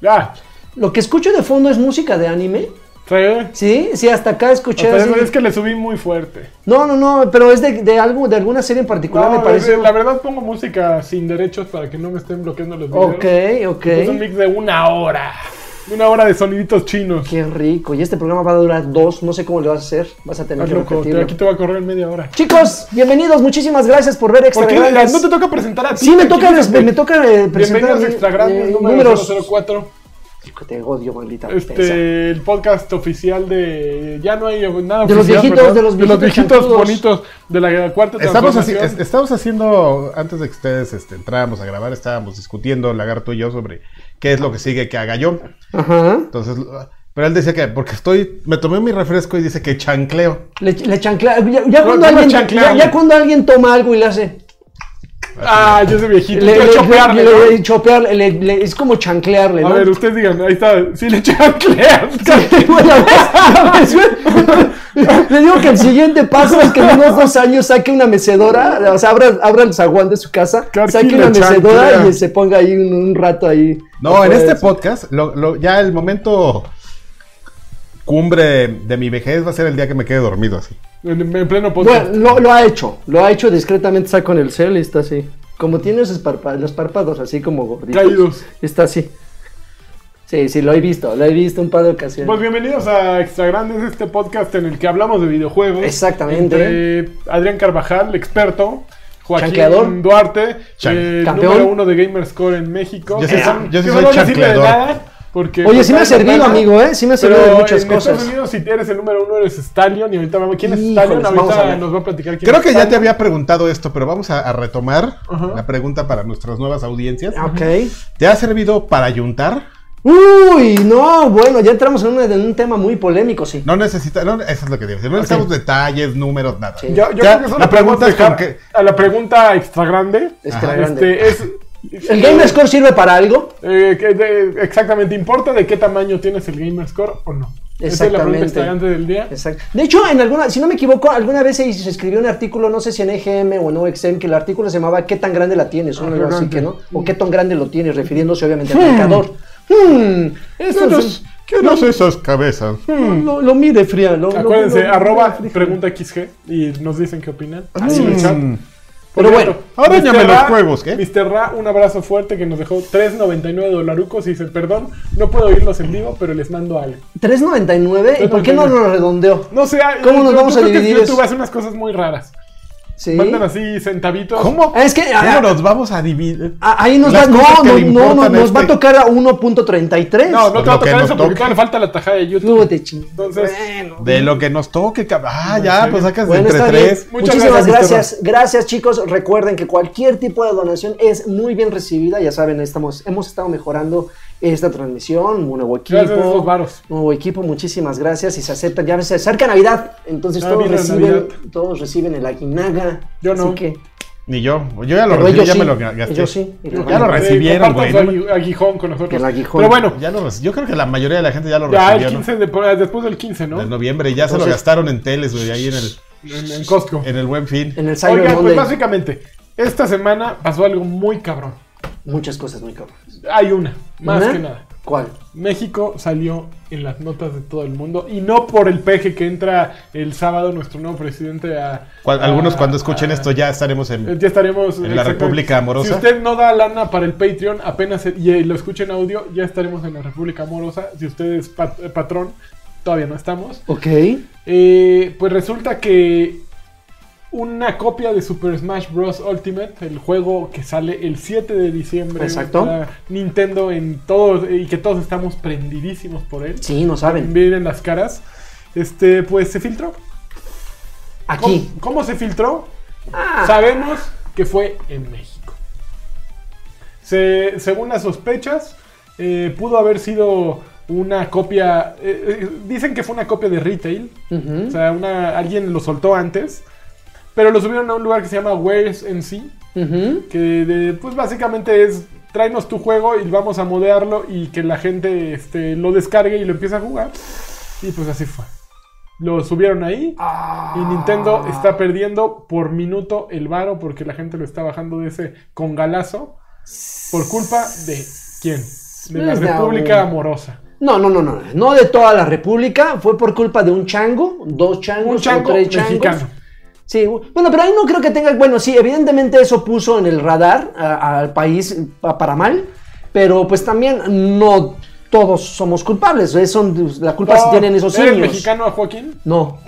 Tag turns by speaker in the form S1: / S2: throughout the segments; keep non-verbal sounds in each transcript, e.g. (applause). S1: Ya.
S2: Lo que escucho de fondo es música de anime.
S1: Sí.
S2: Sí, sí, hasta acá escuché.
S1: Pero
S2: así de-
S1: es que le subí muy fuerte.
S2: No, no, no, pero es de, de algo, de alguna serie en particular,
S1: No,
S2: me parece.
S1: La verdad pongo música sin derechos para que no me estén bloqueando los videos.
S2: Ok, ok.
S1: Es un mix de una hora. Una hora de soniditos chinos.
S2: Qué rico. Y este programa va a durar dos, no sé cómo le vas a hacer. Vas a tener
S1: Ah,
S2: que
S1: loco, te-
S2: repetirlo.
S1: aquí te va a correr media hora.
S2: Este Chicos, bienvenidos, muchísimas gracias por ver Extra
S1: Porque
S2: Grandes.
S1: no te toca presentar a ti.
S2: Sí, me toca,
S1: tranquilízate.
S2: me, me toca eh, presentar
S1: Bienvenidos a
S2: eh,
S1: Extra Grandes,
S2: eh,
S1: número
S2: números.
S1: 004.
S2: Hijo, Te odio, maldita pesa.
S1: Este, el podcast oficial de. Ya no hay nada
S2: De los
S1: oficial,
S2: viejitos,
S1: ¿verdad?
S2: de los viejitos
S1: viejitos
S2: chancudos.
S1: bonitos de la cuarta
S3: Estamos, así-
S1: transformación.
S3: es- estamos haciendo, antes de que ustedes este, entráramos a grabar, estábamos discutiendo, Lagarto y yo, sobre qué es lo que sigue que haga yo.
S2: Ajá.
S3: Entonces, lo- pero él decía que, porque estoy, me tomé mi refresco y dice que chancleo.
S2: Le, le chancla. Ya, ya
S1: No,
S2: cuando
S1: no
S2: alguien, ya,
S1: chancleamos.
S2: ya cuando alguien toma algo y le hace.
S1: Ah, yo soy
S2: Le,
S1: viejito. yo
S2: le-
S1: chopearle,
S2: le-
S1: ¿no?
S2: le- chopearle, le- le- es como chanclearle.
S1: A
S2: ¿no? (laughs)
S1: ver, ustedes digan, ahí está. Sí, le chancleas.
S2: Bueno, ¿ves? ¿Ves? (laughs) Le digo que el siguiente paso es que en unos dos años saque una mecedora, o sea, abra, abra el zaguán de su casa,
S1: Claro,
S2: saque
S1: sí,
S2: una
S1: le
S2: mecedora
S1: chanclea.
S2: y se ponga ahí un, un rato ahí.
S3: No, en
S2: Pues,
S3: este podcast, lo- lo- ya el momento cumbre de mi vejez va a ser el día que me quede dormido así.
S1: En, en pleno podcast.
S2: Bueno, lo, lo ha hecho, lo ha hecho discretamente, está con el cel y está así. Como tiene sus párpa- los párpados así como gorditos.
S1: Caídos.
S2: Está así. Sí, sí, lo he visto, lo he visto un par de ocasiones.
S1: Pues bienvenidos a Extra Grandes, este podcast en el que hablamos de videojuegos.
S2: Exactamente.
S1: Entre Adrián Carvajal, experto. Joaquín
S2: Chanqueador.
S1: Duarte,
S3: Chan-
S1: eh,
S2: Campeón.
S1: número uno de Gamerscore en México.
S3: Yo sí-
S1: Que
S3: yo sí
S1: que
S3: soy
S1: no le sirve de
S3: chancleador.
S1: nada, porque
S2: Oye, sí me ha
S1: pues, no
S2: servido,
S1: nada.
S2: amigo, ¿eh? Sí me ha
S1: Pero
S2: servido de muchas
S1: en
S2: cosas.
S1: Estados Unidos, si eres el número uno, eres Stallion. Y ahorita vamos. ¿Quién es
S2: Híjoles,
S1: Stallion?
S2: vamos a
S1: Ahorita
S2: ver.
S1: nos va a platicar quién
S3: Creo
S1: es
S3: que ya te
S1: Stallion.
S3: había preguntado esto, pero vamos a, a retomar
S1: Ajá. Ah.
S3: la pregunta para nuestras nuevas audiencias.
S2: Ok.
S3: ¿Te ha servido para ayuntar?
S2: Uy, no, bueno, ya entramos en un, en un tema muy polémico, sí.
S3: No necesita, no, eso es lo que digo. No necesitamos detalles, números, nada.
S2: Sí.
S1: Yo, yo creo
S3: Ya,
S1: que eso
S3: la
S1: lo podemos
S3: pregunta es
S1: dejar
S3: con qué-
S1: A la pregunta extra grande.
S2: Extra
S1: Ajá.
S2: grande.
S1: Este, es,
S2: ¿El Game Score sirve para algo?
S1: Eh, que de- exactamente, ¿importa de qué tamaño tienes el gamer score o no? Esa es la pregunta
S2: Exactamente.
S1: extravagante del día.
S2: Exacto. De hecho, en alguna, si no me equivoco, alguna vez se, se escribió un artículo, no sé si en EGM o en OXM, que el artículo se llamaba ¿Qué tan grande la tienes? O algo así
S1: grande.
S2: que no. O qué tan grande lo tienes, refiriéndose obviamente al marcador. Hmm, eso
S3: ¿Qué
S2: es-
S3: nos- ¿Qué nos esas cabezas?
S1: hmm.
S2: lo, lo mide fría. Lo, lo-
S1: Acuérdense,
S2: lo- lo-
S1: arroba pregunta XG y nos dicen qué opinan.
S2: Ah,
S1: Ahí en el chat.
S3: Mm.
S1: Por
S2: Pero
S1: cierto,
S2: bueno,
S3: ahora
S1: Mr.
S3: ñame los
S1: Ra-
S3: juegos, ¿qué?
S1: Mr. Ra, un abrazo fuerte que nos dejó 3.99 dolarucos y dice, perdón, no puedo oírlos en vivo, pero les mando algo.
S2: 3.99. ¿Y por qué no lo redondeó?
S1: No sé, ah,
S2: ¿Cómo nos
S1: yo-
S2: vamos
S1: yo
S2: a
S1: creo que
S2: dividir
S1: YouTube
S2: eso?
S1: hace unas cosas muy raras.
S2: Sí.
S1: Mandan así centavitos.
S3: ¿Cómo?
S2: Ah, es que-
S3: ¿Cómo nos vamos a dividir?
S2: A- Ah, Ahí nos va,
S3: Las cosas
S2: no,
S3: que
S2: no,
S3: le
S2: no,
S3: importan
S2: no,
S3: a
S2: nos
S3: este.
S2: va a tocar a 1.33.
S1: No, no te va a
S3: Lo que
S1: tocar
S3: nos
S1: eso porque
S3: toque.
S1: todavía le falta la tajada de YouTube.
S2: Tú te ching-
S1: Entonces,
S2: Bueno.
S3: De lo que nos toque, cab- Ah, ya, pues sacas de
S2: Bueno,
S3: entre
S2: está bien.
S3: tres.
S1: Muchas
S2: Muchísimas
S1: gracias,
S2: gracias, gracias. chicos. Recuerden que cualquier tipo de donación es muy bien recibida. Ya saben, estamos, hemos estado mejorando esta transmisión. Un nuevo equipo.
S1: Gracias a esos varos.
S2: Nuevo equipo, muchísimas gracias. Y se aceptan. Ya se acerca Navidad. Entonces
S1: Ah,
S2: todos
S1: mira,
S2: reciben,
S1: Navidad.
S2: todos reciben el aguinaga.
S1: Yo no.
S2: Así que,
S3: Ni yo. Yo ya lo
S2: Pero
S3: recibí,
S2: ellos
S3: ya
S2: sí,
S3: me lo gasté.
S2: ellos sí.
S3: Ya lo
S1: Eh,
S3: recibieron,
S1: compartan
S3: güey.
S1: su agui- aguijón con nosotros.
S2: El aguijón.
S1: Pero bueno,
S3: Ya lo reci- Yo creo que la mayoría de la gente ya lo
S1: ya el
S3: recibió. ¿no?
S1: 15 de- por- después del 15, ¿no?
S3: De noviembre, ya se
S2: Entonces-
S3: lo gastaron en teles, güey, ahí en el,
S1: En, en Costco.
S3: en el buen fin.
S2: en el Cyber
S1: Oigan, pues
S2: Monday,
S1: básicamente, esta semana pasó algo muy cabrón.
S2: muchas cosas muy cabronas.
S1: Hay una, más
S2: ¿Una?
S1: que nada.
S2: ¿Cuál?
S1: México salió en las notas de todo el mundo y no por el peje que entra el sábado nuestro nuevo presidente a...
S3: Cual-
S1: a-
S2: Ah.
S3: algunos cuando escuchen este
S1: a-
S3: esto ya estaremos en...
S1: Eh, Ya estaremos
S3: En la República Amorosa.
S1: Si usted no da lana para el Patreon, apenas y eh, lo escuchen audio, ya estaremos en la República Amorosa. Si usted es pat- eh, patrón, todavía no estamos.
S2: Ok.
S1: Eh, pues resulta que una copia de Super Smash Bros. Ultimate, el juego que sale el 7 de diciembre
S2: Exacto.
S1: para Nintendo en todo eh, y que todos estamos prendidísimos por él.
S2: Sí, no saben.
S1: Miren las caras. Este, pues se filtró. ¿Cómo-
S2: Aquí.
S1: ¿Cómo se filtró?
S2: Ah.
S1: Sabemos que fue en México. Se- según las sospechas, eh, pudo haber sido una copia. eh, eh, dicen que fue una copia de retail.
S2: Ujú.
S1: O sea, una, alguien lo soltó antes. Pero lo subieron a un lugar que se llama Where's NC.
S2: Ujú.
S1: Que de- pues básicamente es. Tráenos tu juego y vamos a modearlo y que la gente este, lo descargue y lo empiece a jugar. Y pues así fue. Lo subieron ahí. Y
S2: Ah.
S1: Nintendo está perdiendo por minuto el varo porque la gente lo está bajando de ese congalazo. ¿Por culpa de quién? de la
S2: Es de
S1: República
S2: un-
S1: Amorosa.
S2: No, no, no, no, no de toda la República, fue por culpa de un chango, dos changos,
S1: Un
S2: o
S1: chango
S2: tres changos.
S1: mexicano.
S2: Sí, bueno, pero ahí no creo que tenga, bueno, sí, evidentemente eso puso en el radar a- al país pa- para mal, pero pues también no todos somos culpables, eh, son, la culpa se
S1: No,
S2: tienen esos
S1: ¿Eres
S2: niños.
S1: mexicano, Joaquín?
S2: No,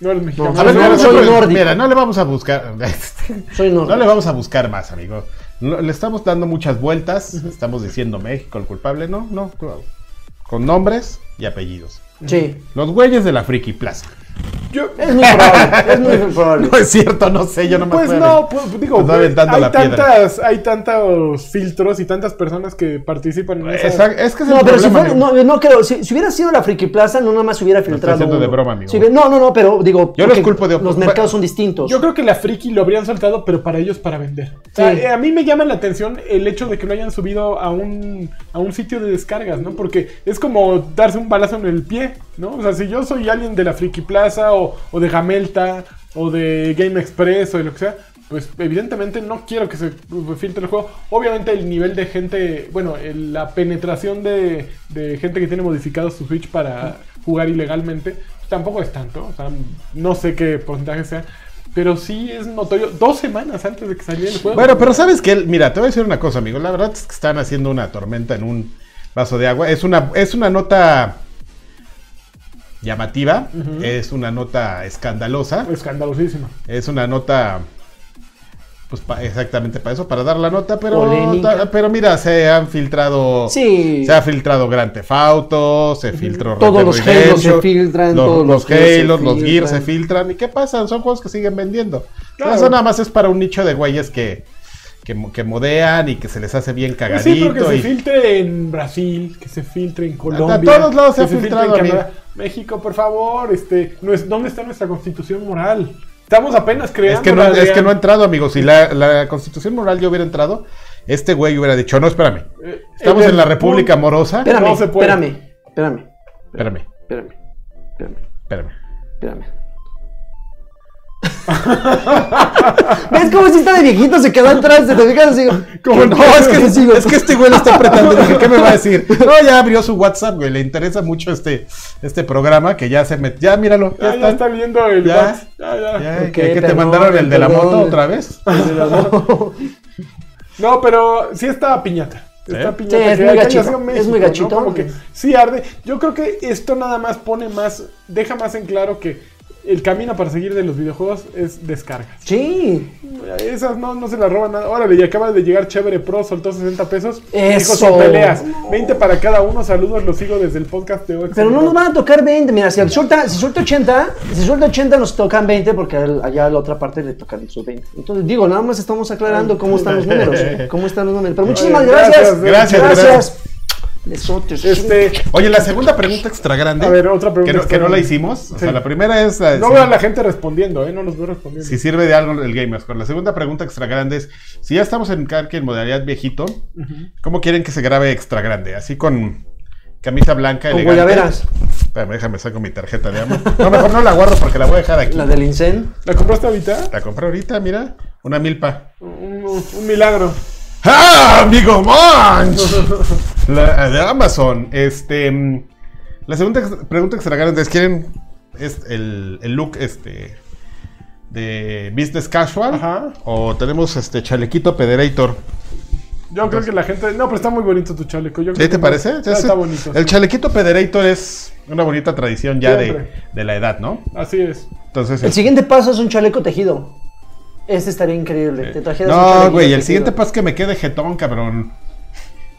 S1: No eres mexicano.
S2: No,
S3: A ver,
S2: no,
S3: mira,
S2: soy
S3: nosotros-
S2: nórdico.
S3: mira, no le vamos a buscar. (laughs)
S2: soy
S3: No
S2: nórdico.
S3: le vamos a buscar más, amigo. No, le estamos dando muchas vueltas. Estamos diciendo México el culpable. No, no. claro. Con nombres y apellidos.
S2: Sí,
S3: Los güeyes de la
S2: (laughs)
S3: Friki Plaza.
S1: Yo-
S2: es muy probable,
S1: (laughs)
S2: es muy probable.
S3: No es cierto, no sé, yo no me
S1: pues
S3: acuerdo.
S1: no, pues, digo,
S3: Nos va
S1: güey,
S3: aventando
S1: hay,
S3: la piedra.
S1: tantas, hay tantos filtros y tantas personas que participan en esa...
S3: Esa- Pues, es que es el
S2: No, pero si
S3: problema,
S2: fuera,
S3: amigo.
S2: no, no creo, si, si hubiera sido la Friki Plaza, no nada más hubiera filtrado.
S3: haciendo de
S2: uno.
S3: broma, amigo.
S2: Si hubiera- no, no, no, pero digo,
S3: Yo los
S2: porque
S3: culpo de-
S2: los mercados son distintos.
S1: Yo creo que la friki lo habrían soltado, pero para ellos para vender. O sea,
S2: Sí.
S1: eh, a mí me llama la atención el hecho de que lo hayan subido a un, a un sitio de descargas, ¿no? Porque es como darse un balazo en el pie, ¿no? O sea, si yo soy alguien de la Friki Plaza o, o de Gamelta o de Game Express o de lo que sea, pues evidentemente no quiero que se uh, filtre el juego. Obviamente el nivel de gente, bueno, el- la penetración de, de gente que tiene modificado su Switch para jugar ilegalmente, tampoco es tanto. O sea, no sé qué porcentaje sea. Pero sí es notorio, dos semanas antes de que saliera el juego.
S3: Bueno, pero sabes que, mira, te voy a decir una cosa, amigo. La verdad es que están haciendo una tormenta en un vaso de agua. Es una, es una nota llamativa, es una nota escandalosa,
S1: escandalosísimo.
S3: es una nota, pues pa- exactamente para eso, para dar la nota, pero,
S2: Polémica.
S3: ta- pero mira, se han filtrado,
S2: Sí.
S3: se ha filtrado Grand Theft Auto, se filtró Red
S2: Todos
S3: Dead
S2: los Halos
S3: Redemption,
S2: se filtran,
S3: los,
S2: todos
S3: los
S2: los Gears se
S3: Halos, los Gears se
S2: filtran.
S3: filtran, ¿y qué pasan? Son juegos que siguen vendiendo.
S1: Claro.
S3: Eso nada más es para un nicho de güeyes que, que, mo- que modean y que se les hace bien
S1: Pues sí,
S3: cagadito.
S1: pero que se
S3: y-
S1: filtre en Brasil, que se filtre en Colombia.
S3: A todos lados se
S1: que
S3: ha
S1: filtre
S3: filtrado,
S1: en
S3: amigo.
S1: Canadá. México, por favor, este, no es- ¿dónde está nuestra constitución moral? Estamos apenas creando.
S3: Es que, no, es que no ha entrado, amigo. Si la, la constitución moral yo hubiera entrado, este güey hubiera dicho, no, espérame.
S1: Eh,
S3: Estamos en la República Amorosa.
S2: Espérame,
S1: No se puede.
S2: espérame, espérame,
S3: Espérame,
S2: espérame, espérame,
S3: espérame.
S2: espérame. (laughs) ¿Ves cómo si está de viejito se quedó atrás? ¿Te fijas así?
S3: (laughs)
S1: Oh,
S3: Como, no, es
S2: (laughs)
S3: (laughs) que, es
S1: pues.
S3: que este güey lo está apretando. Dije, ¿qué me va
S1: (laughs)
S3: a decir? No, ya abrió su WhatsApp, güey. Le interesa mucho este, este programa que ya se metió. Ya, míralo. Ya,
S1: Ya,
S3: está.
S1: ya está viendo el
S3: Ya.
S1: WhatsApp. Ya, ya.
S3: Ya,
S2: Ok,
S3: que- que te
S2: perdón,
S3: mandaron el de la
S2: perdón.
S3: moto otra vez.
S1: (laughs) No, pero sí está piñata. Está
S3: Sí,
S1: piñata.
S2: es
S1: que
S2: muy
S1: hay que
S2: gachito,
S1: hacer
S2: es
S1: México,
S2: muy gachito.
S1: ¿no? Como que sí arde. Yo creo que esto nada más pone más, deja más en claro que el camino para seguir de los videojuegos es descargas.
S2: Sí,
S1: Esas no, no se las roban nada. Órale, y acaba de llegar Chévere Pro, soltó 60 pesos.
S2: Eso.
S1: Dijo son peleas. 20 para cada uno. Saludos, los sigo desde el podcast de hoy.
S2: pero no nos van a tocar 20. Mira, si suelta, si suelta 80, si suelta 80 nos tocan 20 porque al- allá a la otra parte le tocan sus 20. Entonces digo, nada más estamos aclarando cómo están los números. Cómo están los números. Pero muchísimas
S1: Oye,
S2: gracias.
S3: gracias, gracias.
S2: Besotes.
S1: Este,
S3: Oye, la segunda pregunta extra grande.
S1: A ver, otra pregunta
S3: Que no,
S1: extra
S3: que no la
S1: grande.
S3: hicimos. O sea,
S1: Sí.
S3: la primera es. eh, la-
S1: no
S3: si-
S1: veo a la gente respondiendo, ¿eh? No los veo respondiendo.
S3: Si sirve de algo el Gamers Con La segunda pregunta extra grande es: si ya estamos en Karki en modalidad viejito, ¿cómo quieren que se grabe extra grande? Así con camisa blanca,
S2: Con
S3: elegante.
S2: guayaberas.
S3: Espérame, déjame saco mi tarjeta de amor. No, mejor no la guardo porque la voy a dejar aquí.
S2: La del Incen.
S1: ¿La compraste ahorita?
S3: La compré ahorita, mira.
S2: (laughs)
S3: Una milpa.
S1: Un, un milagro.
S3: ¡Ah, amigo Monch! La eh, de Amazon. Este. mm, La segunda ex- pregunta que se la ganan es: ¿quieren es el, el look este de business casual?
S1: Ajá.
S3: ¿O tenemos este chalequito pederator?
S1: Yo creo que la gente. No, pero está muy bonito tu chaleco. Yo creo
S3: ¿Sí te
S1: que-
S3: parece?
S1: Ah, Está,
S3: Es-
S1: está bonito.
S3: El chalequito pederator es una bonita tradición ya de,
S1: Siempre.
S3: de la edad, ¿no?
S1: Así es.
S3: Entonces.
S2: El siguiente paso es un chaleco tejido. Este estaría increíble. Te trajeras un
S3: No,
S2: chaleco
S3: güey, el
S2: tejido.
S3: siguiente paso es que me quede jetón, cabrón.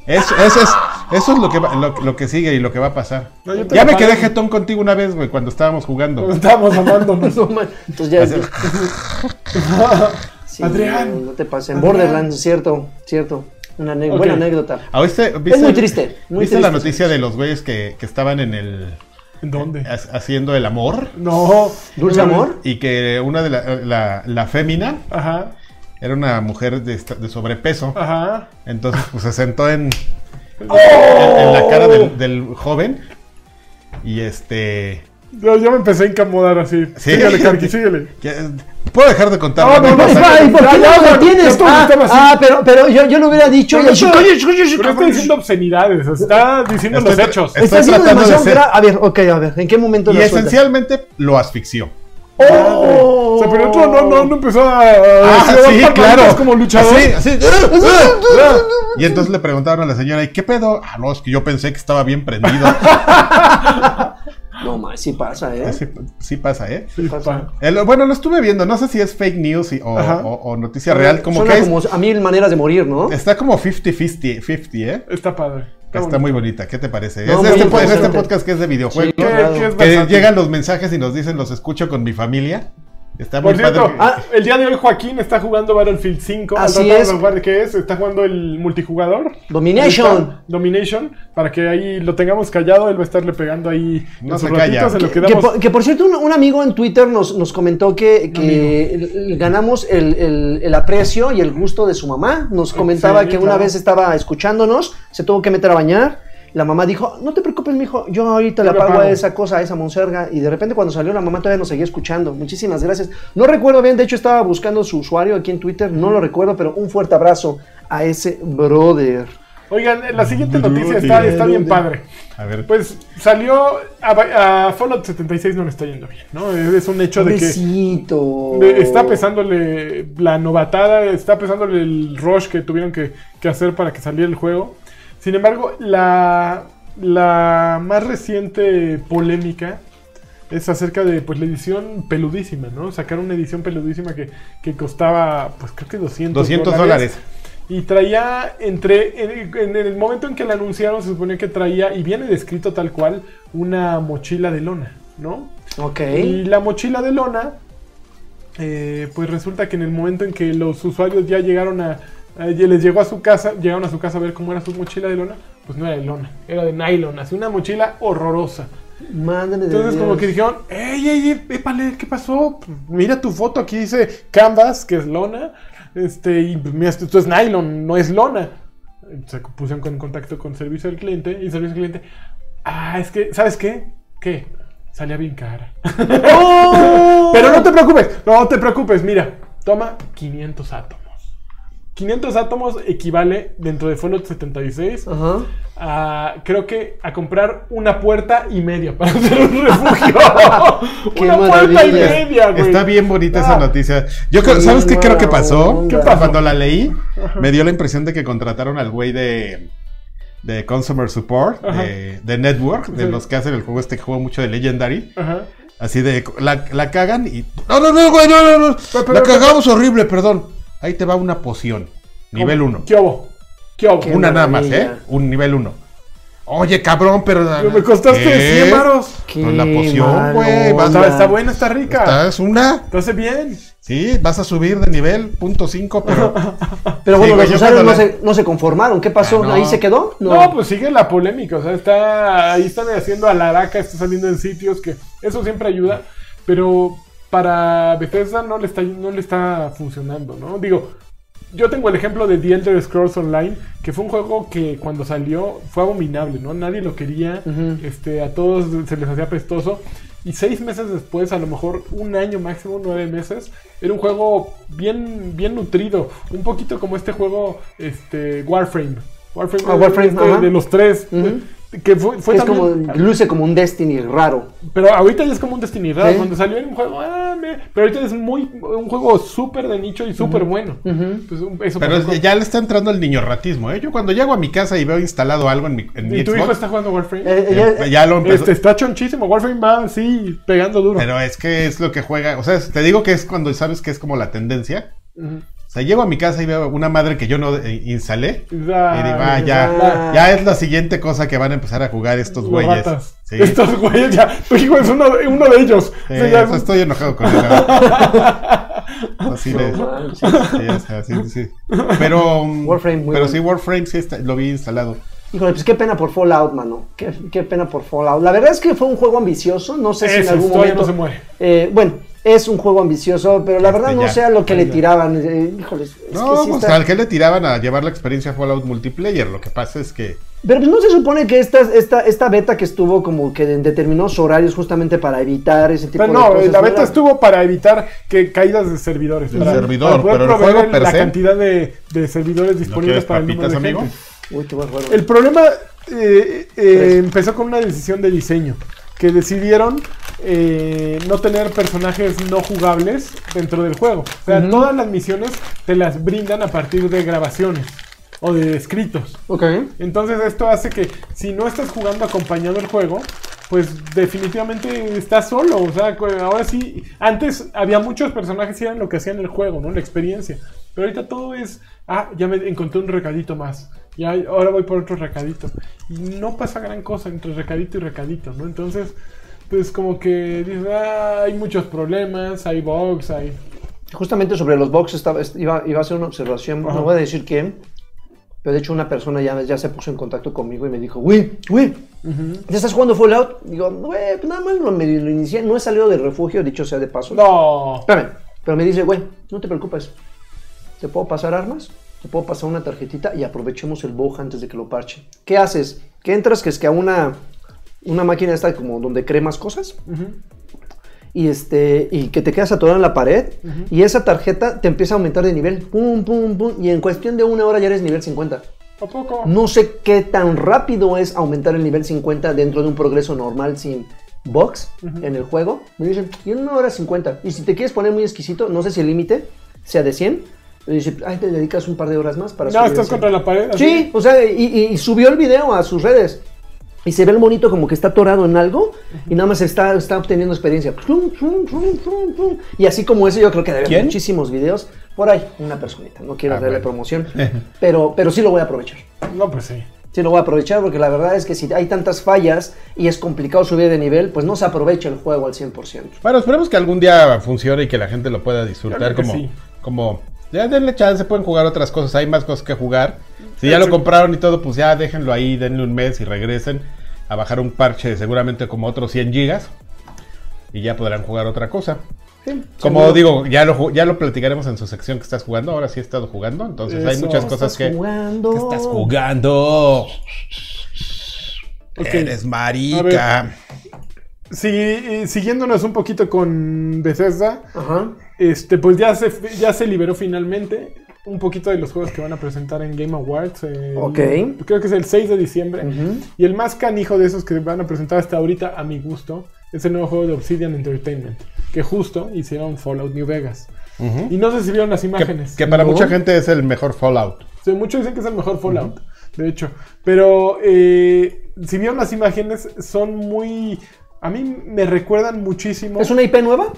S3: Eso, eso es, eso es lo, que va- lo, lo que sigue y lo que va a pasar.
S1: No, yo te
S3: ya
S1: lo
S3: me
S1: pago.
S3: quedé jetón contigo una vez, güey, cuando
S1: (laughs)
S3: estábamos jugando.
S1: Estamos amándonos.
S2: (laughs) No, man. Entonces ya.
S3: Así-
S2: sí,
S1: Adrián.
S2: No te pases. En
S1: Adrián.
S2: Borderlands, cierto, cierto. Una ane-
S1: Ok.
S2: buena anécdota.
S3: ¿A Ah, ¿Viste, viste-
S2: muy triste, muy
S3: ¿Viste la
S2: triste.
S3: noticia de los güeyes que, que estaban en el
S1: ¿En dónde?
S3: ha- haciendo el amor?
S1: No.
S2: ¿Dulce amor?
S3: Y que una de la, la, la fémina
S1: Ajá.
S3: era una mujer de, esta- de sobrepeso.
S1: Ajá.
S3: Entonces, pues se sentó
S2: (laughs)
S3: en,
S2: ¡Oh!
S3: en- en la cara del, del joven. Y este.
S1: Yo, yo me empecé a incomodar así.
S3: Sí.
S1: Síguele, Karki, síguele.
S3: ¿Qué- ¿Puedo dejar de contar?
S1: No, no, no,
S2: Pues, ay, ¿por qué
S1: Ya,
S2: no
S1: ya,
S2: lo tienes?
S1: ya todos
S2: Ah,
S1: estamos así.
S2: ah, pero, pero yo, yo lo hubiera dicho.
S1: Pero
S2: y-
S1: yo-
S2: Oye, oye, oye,
S1: Pero está diciendo obscenidades, está diciendo
S3: Estoy
S1: los
S3: tra-
S1: hechos.
S3: es-
S2: Está
S3: estoy
S2: haciendo
S3: tratando de
S2: demasiado
S3: ser-
S2: gra- A ver, ok, a ver, ¿en qué momento
S3: y
S2: lo sueltas?
S3: esencialmente lo asfixió.
S1: O
S2: ¡Oh!
S1: sea, pero el otro no, no, no empezó a.
S3: Ah,
S1: a-
S2: Ah,
S1: a- a- a- Como luchador.
S3: Así, así. ¡Ah, ah, ah! Y entonces le preguntaron a la señora, ¿y qué pedo? Ah, no, es que yo pensé que estaba bien prendido.
S2: No, más, sí pasa, ¿eh?
S3: Así- Pues sí pasa, ¿eh?
S1: Sí, pa.
S3: Eh, lo- bueno, lo estuve viendo, no sé si es fake news y- o,
S1: Ajá.
S3: o- o noticia real, como
S2: Suena
S3: que es-
S2: como a mil maneras de morir, ¿no?
S3: está como 50-50, 50, ¿eh?
S1: Está padre.
S3: Está, muy bonita, ¿qué te parece?
S2: No,
S3: es
S2: muy
S3: este, po- es
S2: interesante.
S3: este podcast que es de videojuegos,
S2: Sí,
S1: ¿Qué,
S2: claro.
S1: qué es
S3: que
S1: versátil.
S3: llegan los mensajes y nos dicen, los escucho con mi familia. Está muy
S1: Por cierto,
S3: padre. que-
S1: ah, el día de hoy Joaquín está jugando Battlefield 5. al
S2: Así
S1: rato vamos
S2: es.
S1: a jugar ¿Qué es? Está jugando el multijugador.
S2: Domination.
S1: Está Domination. Para que ahí lo tengamos callado, él va a estarle pegando ahí
S3: No
S1: en
S3: se
S1: sus ratitos,
S3: calla.
S1: en lo que
S2: Que,
S1: damos.
S2: por, que por cierto, un, un amigo en Twitter nos, nos comentó que, que el- el- ganamos el, el- el aprecio y el gusto de su mamá. Nos comentaba
S1: sí,
S2: que una
S1: claro.
S2: vez estaba escuchándonos, se tuvo que meter a bañar. La mamá dijo, no te preocupes, mijo, yo ahorita
S1: Yo
S2: le
S1: la
S2: pago a
S1: pago".
S2: esa cosa, a esa monserga. Y de repente cuando salió la mamá todavía nos seguía escuchando. Muchísimas gracias. No recuerdo bien, de hecho estaba buscando su usuario aquí en Twitter, no lo recuerdo, pero un fuerte abrazo a ese brother.
S1: Oigan, la siguiente
S3: Dude,
S1: noticia está,
S3: dude.
S1: está bien padre.
S3: A ver,
S1: Pues salió a, a Fallout 76 no le está yendo bien, ¿no? Es un hecho de que
S2: Besito.
S1: de- está pesándole la novatada, está pesándole el rush que tuvieron que, que hacer para que saliera el juego. Sin embargo, la, la más reciente polémica es acerca de pues la edición peludísima, ¿no? Sacaron una edición peludísima que, que costaba, pues creo que 200,
S3: 200 dólares.
S1: y traía entre. En el, en el momento en que la anunciaron, se suponía que traía, y viene descrito tal cual, una mochila de lona, ¿no?
S2: Ok.
S1: Y la mochila de lona, eh, pues resulta que en el momento en que los usuarios ya llegaron a. a- ya les llegó a su casa, llegaron a su casa a ver cómo era su mochila de lona, pues no era de lona, era de nylon, así una mochila horrorosa.
S2: Mándale de
S1: Entonces como
S2: Dios.
S1: que dijeron, ey, ey, ey, épale, ¿qué pasó? Mira tu foto, aquí dice canvas, que es lona, este, y pues, mira, esto esto es nylon, no es lona. Se pusieron en contacto con servicio al cliente y servicio al cliente, ah, es que, ¿sabes qué? ¿Qué? Salía bien cara.
S2: ¡Oh!
S1: (laughs) Pero no te preocupes, no te preocupes, mira, toma 500 átomos. 500 átomos equivale dentro de Fallout 76
S2: Ajá.
S1: a- creo que a comprar una puerta y media para (laughs) hacer un refugio.
S2: (laughs) Qué
S1: una puerta y
S2: maravilla.
S1: media, güey.
S3: Está bien bonita esa
S1: Ah.
S3: noticia. Yo creo,
S2: Sí,
S3: ¿sabes qué creo que
S2: no,
S3: pasó?
S2: ¿Qué
S1: pasó?
S3: Cuando la leí, me dio la impresión de que contrataron al güey de de Consumer Support, de, de Network, de
S1: Sí.
S3: los que hacen el juego este que juego mucho de Legendary.
S1: Ajá.
S3: Así de la, la cagan y no, no, no, güey, no, no, no.
S1: Pero- pero-
S3: la cagamos horrible, perdón. Ahí te va una poción, nivel 1.
S1: ¿Qué hubo? ¿Qué hubo?
S2: ¿Qué?
S3: Una nada más, ¿eh?
S2: maravilla.
S3: Un nivel 1. Oye, cabrón, pero
S1: Pero Me costaste
S3: ¿Qué?
S1: 100 varos.
S3: Pues la poción,
S2: Qué
S3: güey,
S2: malo.
S3: vas
S1: Está, está buena, está rica.
S3: Estás una.
S1: Entonces bien.
S3: Sí, vas a subir de nivel, punto 5,
S1: (laughs)
S3: pero
S2: Pero
S3: Sí,
S2: bueno,
S3: güey,
S2: los
S3: yo
S2: usuarios
S3: cuando
S2: no
S3: la-
S2: se, no se conformaron. ¿Qué pasó?
S3: Ah, no.
S2: ¿Ahí se quedó?
S1: No. pues sigue la polémica. O sea, está, ahí están haciendo alaraca, está saliendo en sitios que eso siempre ayuda. Pero para Bethesda no le está, no le está funcionando, ¿no? Digo, yo tengo el ejemplo de The Elder Scrolls Online, que fue un juego que cuando salió fue abominable, ¿no? Nadie lo quería,
S2: Ujú.
S1: este, a todos se les hacía pestoso. Y seis meses después, a lo mejor un año máximo, nueve meses, era un juego bien, bien nutrido. Un poquito como este juego, este, Warframe. Warframe,
S2: Ah, Warframe,
S1: este,
S2: ajá.
S1: de los tres.
S2: Ujú.
S1: Que fue, fue
S2: es como,
S1: también-
S2: luce como un Destiny raro.
S1: pero ahorita ya es como un Destiny raro.
S2: Sí.
S1: Cuando salió era un juego, ah, me- pero ahorita es muy un juego súper de nicho y súper bueno.
S2: Ujú.
S1: Pues, un- eso
S3: Pero
S1: pasó con-
S3: ya le está entrando el niño ratismo, ¿eh? Yo cuando llego a mi casa y veo instalado algo en mi, en mi
S1: ¿Y tu
S3: Xbox,
S1: hijo está jugando Warframe?
S2: Eh,
S3: eh,
S2: ella-
S3: ya lo empezó.
S1: Este está chonchísimo. Warframe va así pegando duro.
S3: Pero es que es lo que juega. O sea, te digo que es cuando sabes que es como la tendencia.
S1: Ujú.
S3: O sea, llego a mi casa y veo una madre que yo no eh, instalé.
S1: Y
S3: Y digo, ah, ya,
S2: ya.
S3: ya es la siguiente cosa que van a empezar a jugar estos
S1: Los
S3: güeyes.
S1: ratas.
S3: Sí.
S1: Estos güeyes ya. Tu hijo es uno, de- uno de ellos.
S3: Sí,
S1: O sea, ya
S3: o sea,
S1: es-
S3: estoy enojado con él. la
S1: (laughs)
S3: verdad. Así de-
S2: No manches.
S3: sí, o sea, sí, sí. Pero, um,
S2: Warframe, muy
S3: pero
S2: bueno.
S3: sí, Warframe sí está- lo vi instalado.
S2: Híjole, pues qué pena por Fallout, mano. Qué, qué pena por Fallout. La verdad es que fue un juego ambicioso. No sé si en
S1: Eso,
S2: algún
S1: todavía
S2: momento.
S1: no se muere.
S2: Eh, bueno, es un juego ambicioso, pero la
S3: Este,
S2: verdad no
S3: ya.
S2: sé a lo que le tiraban. Eh, híjoles, es
S3: No,
S2: que sí
S3: pues
S2: está-
S3: al que le tiraban a llevar la experiencia Fallout multiplayer. Lo que pasa es que
S2: Pero pues no se supone que esta, esta, esta beta que estuvo como que en determinados horarios justamente para evitar ese tipo
S3: Pues,
S1: Pero
S2: de
S1: no,
S2: cosas.
S1: la beta
S2: ¿verdad?
S1: estuvo para evitar que caídas de servidores.
S3: El
S1: para-
S3: servidor,
S1: para poder
S3: pero el
S1: proveer
S3: juego per
S1: la
S3: se.
S1: cantidad de, de servidores disponibles
S3: quieres
S1: para el número de
S3: papitas, amigo?
S1: gente.
S2: Uy, qué buen juego.
S1: El problema eh, eh, empezó con una decisión de diseño, que decidieron eh, no tener personajes no jugables dentro del juego. O sea,
S2: Ujú.
S1: todas las misiones te las brindan a partir de grabaciones o de escritos.
S2: Ok.
S1: Entonces esto hace que si no estás jugando acompañado el juego, pues definitivamente estás solo. O sea, cu- ahora sí, antes había muchos personajes y eran lo que hacían el juego, ¿no? La experiencia. Pero ahorita todo es, ah, ya me encontré un recadito más. Ya, ahora voy por otro recadito. Y no pasa gran cosa entre recadito y recadito, ¿no? Entonces, pues como que dices, ah, hay muchos problemas, hay bugs, hay...
S2: Justamente sobre los boxes estaba, est- iba, iba a hacer una observación.
S1: Ajá.
S2: No voy a decir quién. Pero de hecho una persona ya, ya se puso en contacto conmigo y me dijo, güey, güey, ¿ya estás jugando Fallout? Digo, güey, pues nada más lo, me lo inicié. No he salido del refugio, dicho sea de paso.
S1: No.
S2: Espérame, pero me dice, güey, no te preocupes. Te puedo pasar armas, te puedo pasar una tarjetita y aprovechemos el bug antes de que lo parche. ¿Qué haces? ¿Qué entras? Que es que a una, una máquina está como donde cremas cosas
S1: Ujú.
S2: y, este, y que te quedas atorado en la pared y esa tarjeta te empieza a aumentar de nivel. Pum, pum, pum. Y en cuestión de una hora ya eres nivel 50.
S1: ¿A poco?
S2: No sé qué tan rápido es aumentar el nivel 50 dentro de un progreso normal sin box en el juego. Me dicen, y en una hora 50. Y si te quieres poner muy exquisito, no sé si el límite sea de 100. Me dice, ay, te dedicas un par de horas más para
S1: No,
S2: subir
S1: estás
S2: a 100".
S1: contra la pared. así.
S2: Sí, o sea, y, y- y subió el video a sus redes. Y se ve el monito como que está atorado en algo y nada más está, está obteniendo experiencia. Tum, tum, tum, tum, tum. Y así como ese, yo creo que debe haber
S3: ¿Quién?
S2: muchísimos videos. Por ahí, una personita. No quiero
S3: Ah,
S2: darle
S3: bueno.
S2: promoción, pero, pero sí lo voy a aprovechar.
S1: No, pues sí.
S2: Sí, lo voy a aprovechar porque la verdad es que si hay tantas fallas y es complicado subir de nivel, pues no se aprovecha el juego al 100%.
S3: Bueno, esperemos que algún día funcione y que la gente lo pueda disfrutar
S1: Yo creo que
S3: como,
S1: sí.
S3: como ya denle chance, pueden jugar otras cosas, hay más cosas que jugar. Si
S1: Pero
S3: ya lo
S1: sí.
S3: compraron y todo, pues ya déjenlo ahí, denle un mes y regresen a bajar un parche de seguramente como otros 100 gigas y ya podrán jugar otra cosa. Como
S2: seguro.
S3: digo, ya lo, ju- ya lo platicaremos en su sección que estás jugando, ahora sí he estado jugando, entonces hay
S1: Eso.
S3: muchas cosas que,
S2: jugando.
S3: que estás jugando.
S1: Ok.
S3: Eres marica.
S1: Sí, y siguiéndonos un poquito con Bethesda,
S2: Ajá.
S1: este, pues ya se, ya se liberó finalmente un poquito de los juegos que van a presentar en Game Awards. el-
S2: Ok.
S1: Creo que es el 6 de diciembre.
S2: Ujú.
S1: Y el más canijo de esos que van a presentar hasta ahorita, a mi gusto, es el nuevo juego de Obsidian Entertainment, que justo hicieron Fallout New Vegas.
S3: Ujú.
S1: Y no sé si vieron las
S3: Que,
S1: imágenes.
S3: que para
S2: No.
S3: mucha gente es el mejor Fallout.
S1: O sea, muchos dicen que es el mejor Fallout, de hecho. Pero eh, si vieron las imágenes, son muy... A mí me recuerdan muchísimo...
S2: ¿Es una IP nueva?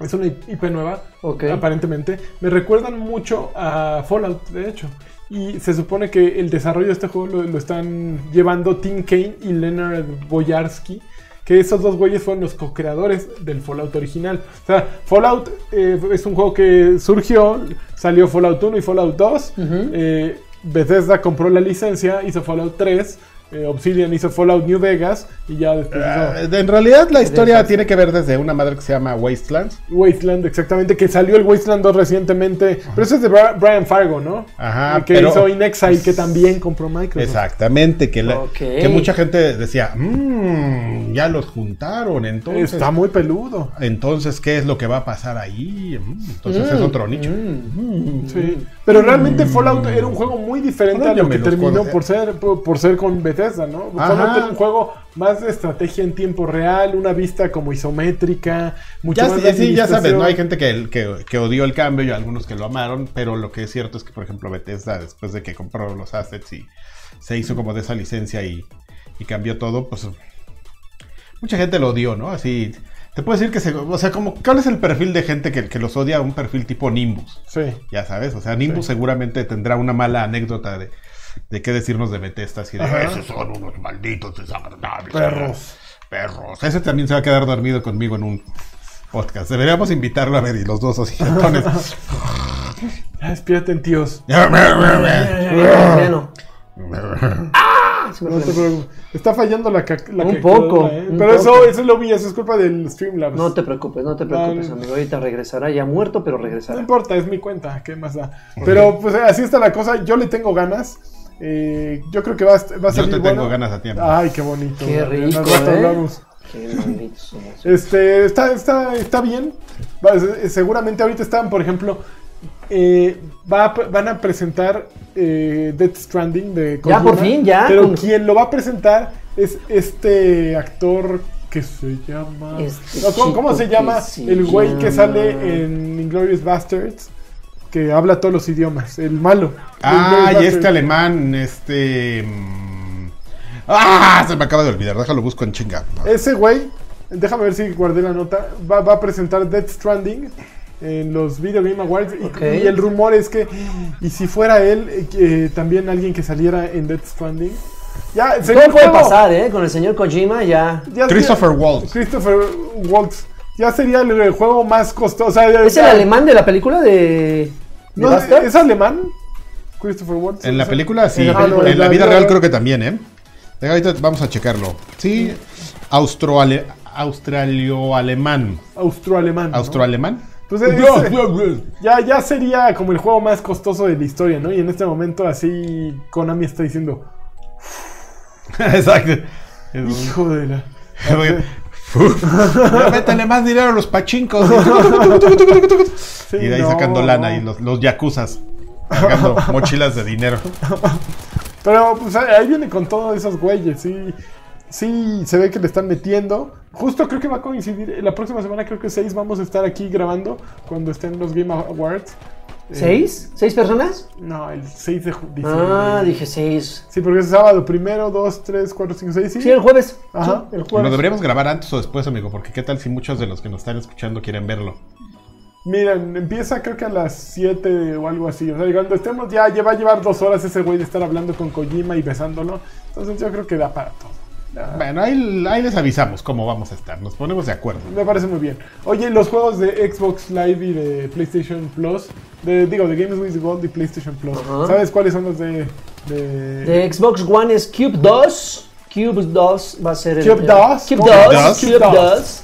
S1: Es una IP nueva,
S2: Ok.
S1: aparentemente. Me recuerdan mucho a Fallout, de hecho. Y se supone que el desarrollo de este juego lo, lo están llevando Tim Kane y Leonard Boyarsky. Que esos dos güeyes fueron los co-creadores del Fallout original. O sea, Fallout eh, es un juego que surgió, salió Fallout 1 y Fallout 2.
S2: Ujú.
S1: eh, Bethesda compró la licencia, hizo Fallout 3. eh, Obsidian hizo Fallout New Vegas. Y ya después hizo-
S3: Eh, En realidad la historia tiene que ver desde una madre que se llama Wastelands.
S1: Wasteland, exactamente, que salió el Wasteland 2 recientemente. Pero eso es de Bra- Brian Fargo, ¿no?
S3: Ajá,
S1: El que
S3: pero-
S1: hizo In Exile, que también compró Microsoft.
S3: Exactamente, que, la-
S2: Ok.
S3: que mucha gente decía, "Mm, ya los juntaron, entonces,
S1: Está muy peludo.
S3: entonces, ¿qué es lo que va a pasar ahí? Mm, Entonces es otro nicho. Mm.
S1: Sí. Pero realmente Fallout era un juego muy diferente a
S3: Fallout yo
S1: lo
S3: me
S1: que
S3: los
S1: terminó
S3: conocía.
S1: por ser, por, por ser con Bethesda, ¿no?
S3: Ajá.
S1: Fallout era un juego más de estrategia en tiempo real, una vista como isométrica, mucho
S3: Ya,
S1: más
S3: sí,
S1: de
S3: sí, ya sabes,
S1: administración.
S3: ¿no? Hay gente que, que- que odió el cambio y algunos que lo amaron, pero lo que es cierto es que, por ejemplo, Bethesda, después de que compró los assets y se hizo como de esa licencia y, y cambió todo, pues mucha gente lo odió, ¿no? Así, te puedo decir que, se, o sea, como, ¿cuál es el perfil de gente que, que los odia? Un perfil tipo Nimbus,
S1: Sí.
S3: ya sabes, o sea, Nimbus seguramente tendrá una mala anécdota de, de qué decirnos de Bethesda, así de, esos son unos malditos desagradables.
S1: Perros.
S3: Perros. Ese también se va a quedar dormido conmigo en un podcast. Deberíamos invitarlo a ver y los dos
S1: (laughs)
S3: así. jetones.
S1: Ya, despídate, tíos. (laughs)
S3: Ah.
S2: Bueno, Ah,
S1: No te preocupes. Está fallando la, ca- la
S2: Un
S1: calculadora,
S2: poco,
S1: ¿eh?
S2: un
S1: Pero eso,
S2: poco.
S1: eso es lo mío, eso es culpa del Streamlabs.
S2: no te preocupes, no te preocupes,
S1: Vale.
S2: amigo. Ahorita regresará ya muerto, pero
S1: No
S2: regresará.
S1: importa, es mi cuenta, ¿qué más da? Pero pues así está la cosa, yo le tengo ganas. Eh, yo creo que va a, est- va a
S3: Yo
S1: salir
S3: te
S1: bueno.
S3: tengo ganas a tiempo.
S1: Ay, qué bonito.
S2: Qué
S1: güey.
S2: rico,
S1: Al rato
S2: ¿eh?
S1: hablamos.
S2: Qué malditos somos.
S1: Este, está, está, está bien. Va- se- Seguramente ahorita están, por ejemplo, eh, va a pre- van a presentar eh, Death Stranding de
S2: Ya, por fin, ya,
S1: Pero
S2: con-
S1: quien lo va a presentar es este actor que se llama.
S2: Este
S1: No, ¿cómo,
S2: chico
S1: cómo se
S2: que
S1: llama?
S2: se
S1: El güey que
S2: llama-
S1: sale en Inglorious Bastards, que habla todos los idiomas. El malo.
S3: Ah,
S1: Inglourious
S3: y este
S1: Basterds.
S3: alemán, este. mm, ¡Ah! Se me acaba de olvidar. Déjalo busco en chinga.
S1: Ese güey, déjame ver si guardé la nota, va, va a presentar Death Stranding en los Video Game Awards. y-
S2: Ok.
S1: Y, el rumor es que, y si fuera él, eh, que, eh, también alguien que saliera en Death Stranding. Ya, sería
S2: Todo
S1: un
S2: puede
S1: juego.
S2: pasar, ¿eh? Con el señor Kojima ya.
S1: Ya sería-
S3: Christopher Waltz.
S1: Christopher Waltz. Ya sería el, eh, juego más costoso. o sea, ya-
S2: ¿Es el
S1: ya-
S2: alemán de la película de. de
S1: no,
S2: Bastards?
S1: ¿Es alemán? Christopher Waltz.
S3: En la
S1: O sea,
S3: película, sí.
S1: en
S3: En
S1: la
S3: la,
S1: película. En la
S3: vida
S1: vida
S3: real
S1: real.
S3: creo que también, ¿eh? Deja, ahorita vamos a checarlo. Sí, austroale- australio-alemán.
S1: Austroalemán. ¿no?
S3: ¿Austroalemán?
S1: Entonces, ese- Ya, ya sería como el juego más costoso de la historia, ¿no? Y en este momento así Konami está diciendo,
S3: (laughs) Exacto.
S1: (laughs)
S3: Es-
S1: hijo de la...
S3: Ya métele más dinero a los pachincos.
S1: Sí,
S3: y de ahí
S1: no.
S3: sacando lana y los, los yacuzas.
S1: (laughs)
S3: Sacando mochilas de dinero.
S1: Pero pues ahí ahí viene con todos esos güeyes, y sí, se ve que le están metiendo. Justo creo que va a coincidir, la próxima semana creo que seis vamos a estar aquí grabando cuando estén los Game Awards. Eh,
S2: ¿Seis? ¿Seis personas?
S1: No, el 6 de ju- diciembre.
S2: Ah, dije seis.
S1: Sí, porque es sábado primero, dos, tres, cuatro, cinco, seis, sí.
S2: Sí, el jueves.
S1: Ajá, el
S3: Lo
S1: jueves.
S3: deberíamos grabar antes o después, amigo, porque qué tal si muchos de los que nos están escuchando quieren verlo.
S1: Miren, empieza creo que a las 7 o algo así. O sea, cuando estemos ya, ya va a llevar dos horas ese güey de estar hablando con Kojima y besándolo. Entonces yo creo que da para todo. Da-
S3: Bueno, ahí, ahí les avisamos cómo vamos a estar. Nos ponemos de acuerdo.
S1: Me parece muy bien. Oye, los juegos de Xbox Live y de PlayStation Plus, de, digo, de Games with Gold y PlayStation Plus,
S2: Ajá.
S1: ¿sabes cuáles son los de... de-
S2: De Xbox One es Cube 2. Cube 2 va a ser el.
S1: Cube 2?
S2: Cube
S1: ¿Cómo?
S2: 2.
S1: Cube
S2: Cube 2.
S1: 2.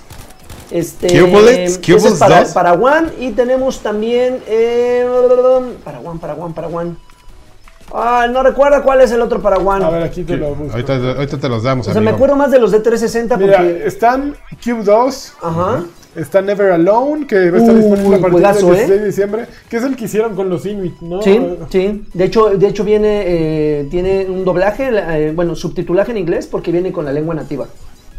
S2: Este,
S3: Cubelets,
S2: ese es
S3: Cubelets
S2: para,
S3: 2.
S2: para One y tenemos también eh, para One, para One, para One. Ah, no recuerdo cuál es el otro para One.
S1: A ver, aquí te lo busco.
S3: Ahorita, ahorita te los damos,
S2: o sea, me
S3: amigo.
S2: acuerdo más de los de 360
S1: Mira,
S2: porque
S1: están Cube 2,
S2: ajá.
S1: está Never Alone, que va a estar
S2: Uy,
S1: disponible a partir
S2: juegazo,
S1: del
S2: ¿eh?
S1: 16 de diciembre, que es el que hicieron con los Inuit, ¿no?
S2: Sí, sí. De hecho, de hecho viene, eh, tiene un doblaje, la- eh, bueno, subtitulaje en inglés porque viene con la lengua nativa.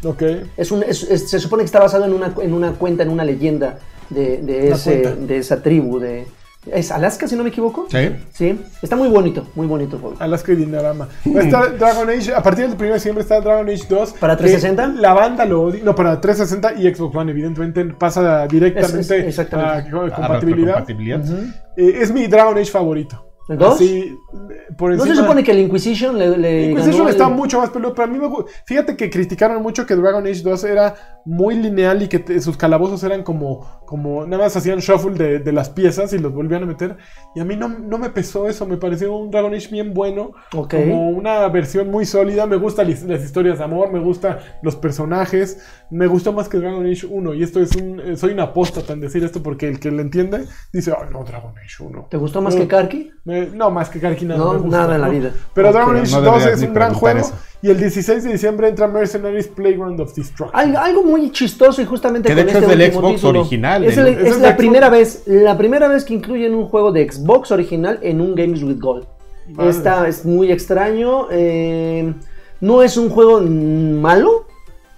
S1: Ok.
S2: Es un, es- es- se supone que está basado en una, en una cuenta, en una leyenda de, de
S1: Una
S2: ese-
S1: cuenta.
S2: de esa tribu de es Alaska, si no me equivoco.
S3: Sí.
S2: Sí. Está muy bonito, muy bonito el juego.
S1: Alaska y Dinarama. Va a estar Dragon Age, a partir del 1 de diciembre está Dragon Age 2.
S2: Hmm. ¿Para
S1: que
S2: 360?
S1: La banda lo odia. No, para 360 y Xbox One, evidentemente, pasa directamente
S2: Es- es- exactamente.
S1: a co-
S3: Ah,
S1: compatibilidad.
S3: retrocompatibilidad.
S1: Eh, es mi Dragon Age favorito.
S2: ¿El dos?
S1: Así, eh, por
S2: ¿No
S1: encima.
S2: se supone que el Inquisition le, le
S1: Inquisition
S2: Eh, ganó el-
S1: está mucho más peludo, pero a mí me gu- Fíjate que criticaron mucho que Dragon Age 2 era muy lineal y que te- sus calabozos eran como, como nada más hacían shuffle de, de las piezas y los volvían a meter. Y a mí no, no me pesó eso, me pareció un Dragon Age bien bueno,
S2: Ok.
S1: como una versión muy sólida. Me gustan las, las historias de amor, me gustan los personajes, me gustó más que Dragon Age 1. Y esto es un. eh, soy una apóstata en decir esto porque el que le entiende dice, ay, no, Dragon Age 1.
S2: ¿Te gustó más
S1: No.
S2: que Karki?
S1: Me- no, más que Karki nada
S2: No,
S1: me gusta,
S2: nada en la
S1: ¿no?
S2: vida.
S1: Pero
S2: Ok,
S1: Dragon
S3: no
S1: Age 2
S3: deberías
S1: es
S3: ni
S1: un gran juego.
S3: preguntar eso.
S1: Y el 16 de diciembre entra Mercenaries Playground of Destruction.
S2: Al- algo muy chistoso y justamente
S3: Que de
S2: con
S3: hecho
S2: este
S3: es del
S2: último
S3: Xbox
S2: título.
S3: original,
S2: Es,
S3: del-
S2: el-
S1: Ese
S2: es
S1: es
S2: la
S1: Xbox.
S2: primera vez, la primera vez que incluyen un juego de Xbox original en un Games with Gold.
S1: Vale.
S2: Esta es muy extraño. eh, no es un juego malo.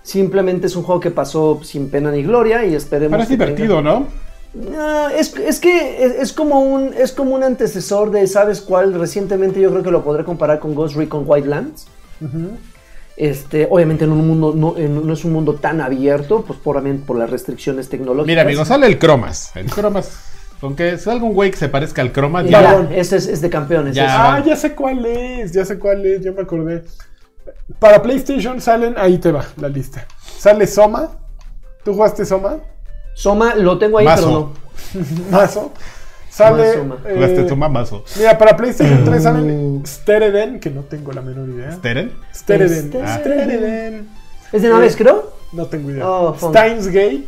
S2: Simplemente es un juego que pasó sin pena ni gloria y esperemos.
S3: Pero es
S2: que tenga-
S3: divertido, ¿no?
S2: Ah, es, es que es, es como un, es como un antecesor de, ¿sabes cuál? Recientemente yo creo que lo podré comparar con Ghost Recon Wildlands.
S1: Ujú.
S2: Este, obviamente en un mundo no, en- no es un mundo tan abierto, pues puramente por las restricciones tecnológicas.
S3: Mira, amigo, sale el cromas. El cromas. Con que salga un güey que se parezca al cromas,
S2: Ya,
S3: ya.
S1: Perdón.
S2: ese es, es de campeones.
S3: Ya.
S2: ese.
S1: Ah,
S3: Ah,
S1: ya sé cuál es, ya sé cuál es, ya me acordé. Para PlayStation salen, ahí te va la lista. Sale Soma. ¿Tú jugaste Soma?
S2: Soma lo tengo ahí,
S3: Mazo.
S2: pero no.
S1: Mazo. Sale.
S2: Soma. Mm.
S1: eh,
S3: Jugaste tu mamazo.
S1: mira, para PlayStation 3 salen Stereden, que no tengo la menor idea.
S3: ¿Teren?
S1: Stereden.
S3: Ah.
S2: Stereden.
S1: Stereden.
S2: ¿Es de naves, creo?
S1: No tengo idea.
S2: Oh, fun.
S1: Steins Gate.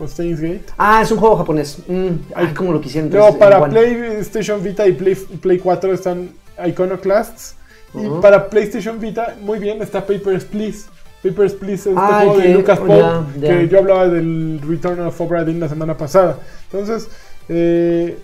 S1: O Steins Gate.
S2: Ah, es un juego japonés. Mm, ay, cómo lo quisiera.
S1: Luego
S2: entonces,
S1: para
S2: en One.
S1: PlayStation Vita y Play, Play 4 están Iconoclasts. Y para PlayStation Vita, muy bien, está Papers, Please. Papers, Please es este
S2: Ah,
S1: juego
S2: que-
S1: de Lucas
S2: ya,
S1: Pope,
S2: ya.
S1: que yo hablaba del Return of Obra Dinn la semana pasada. Entonces, eh,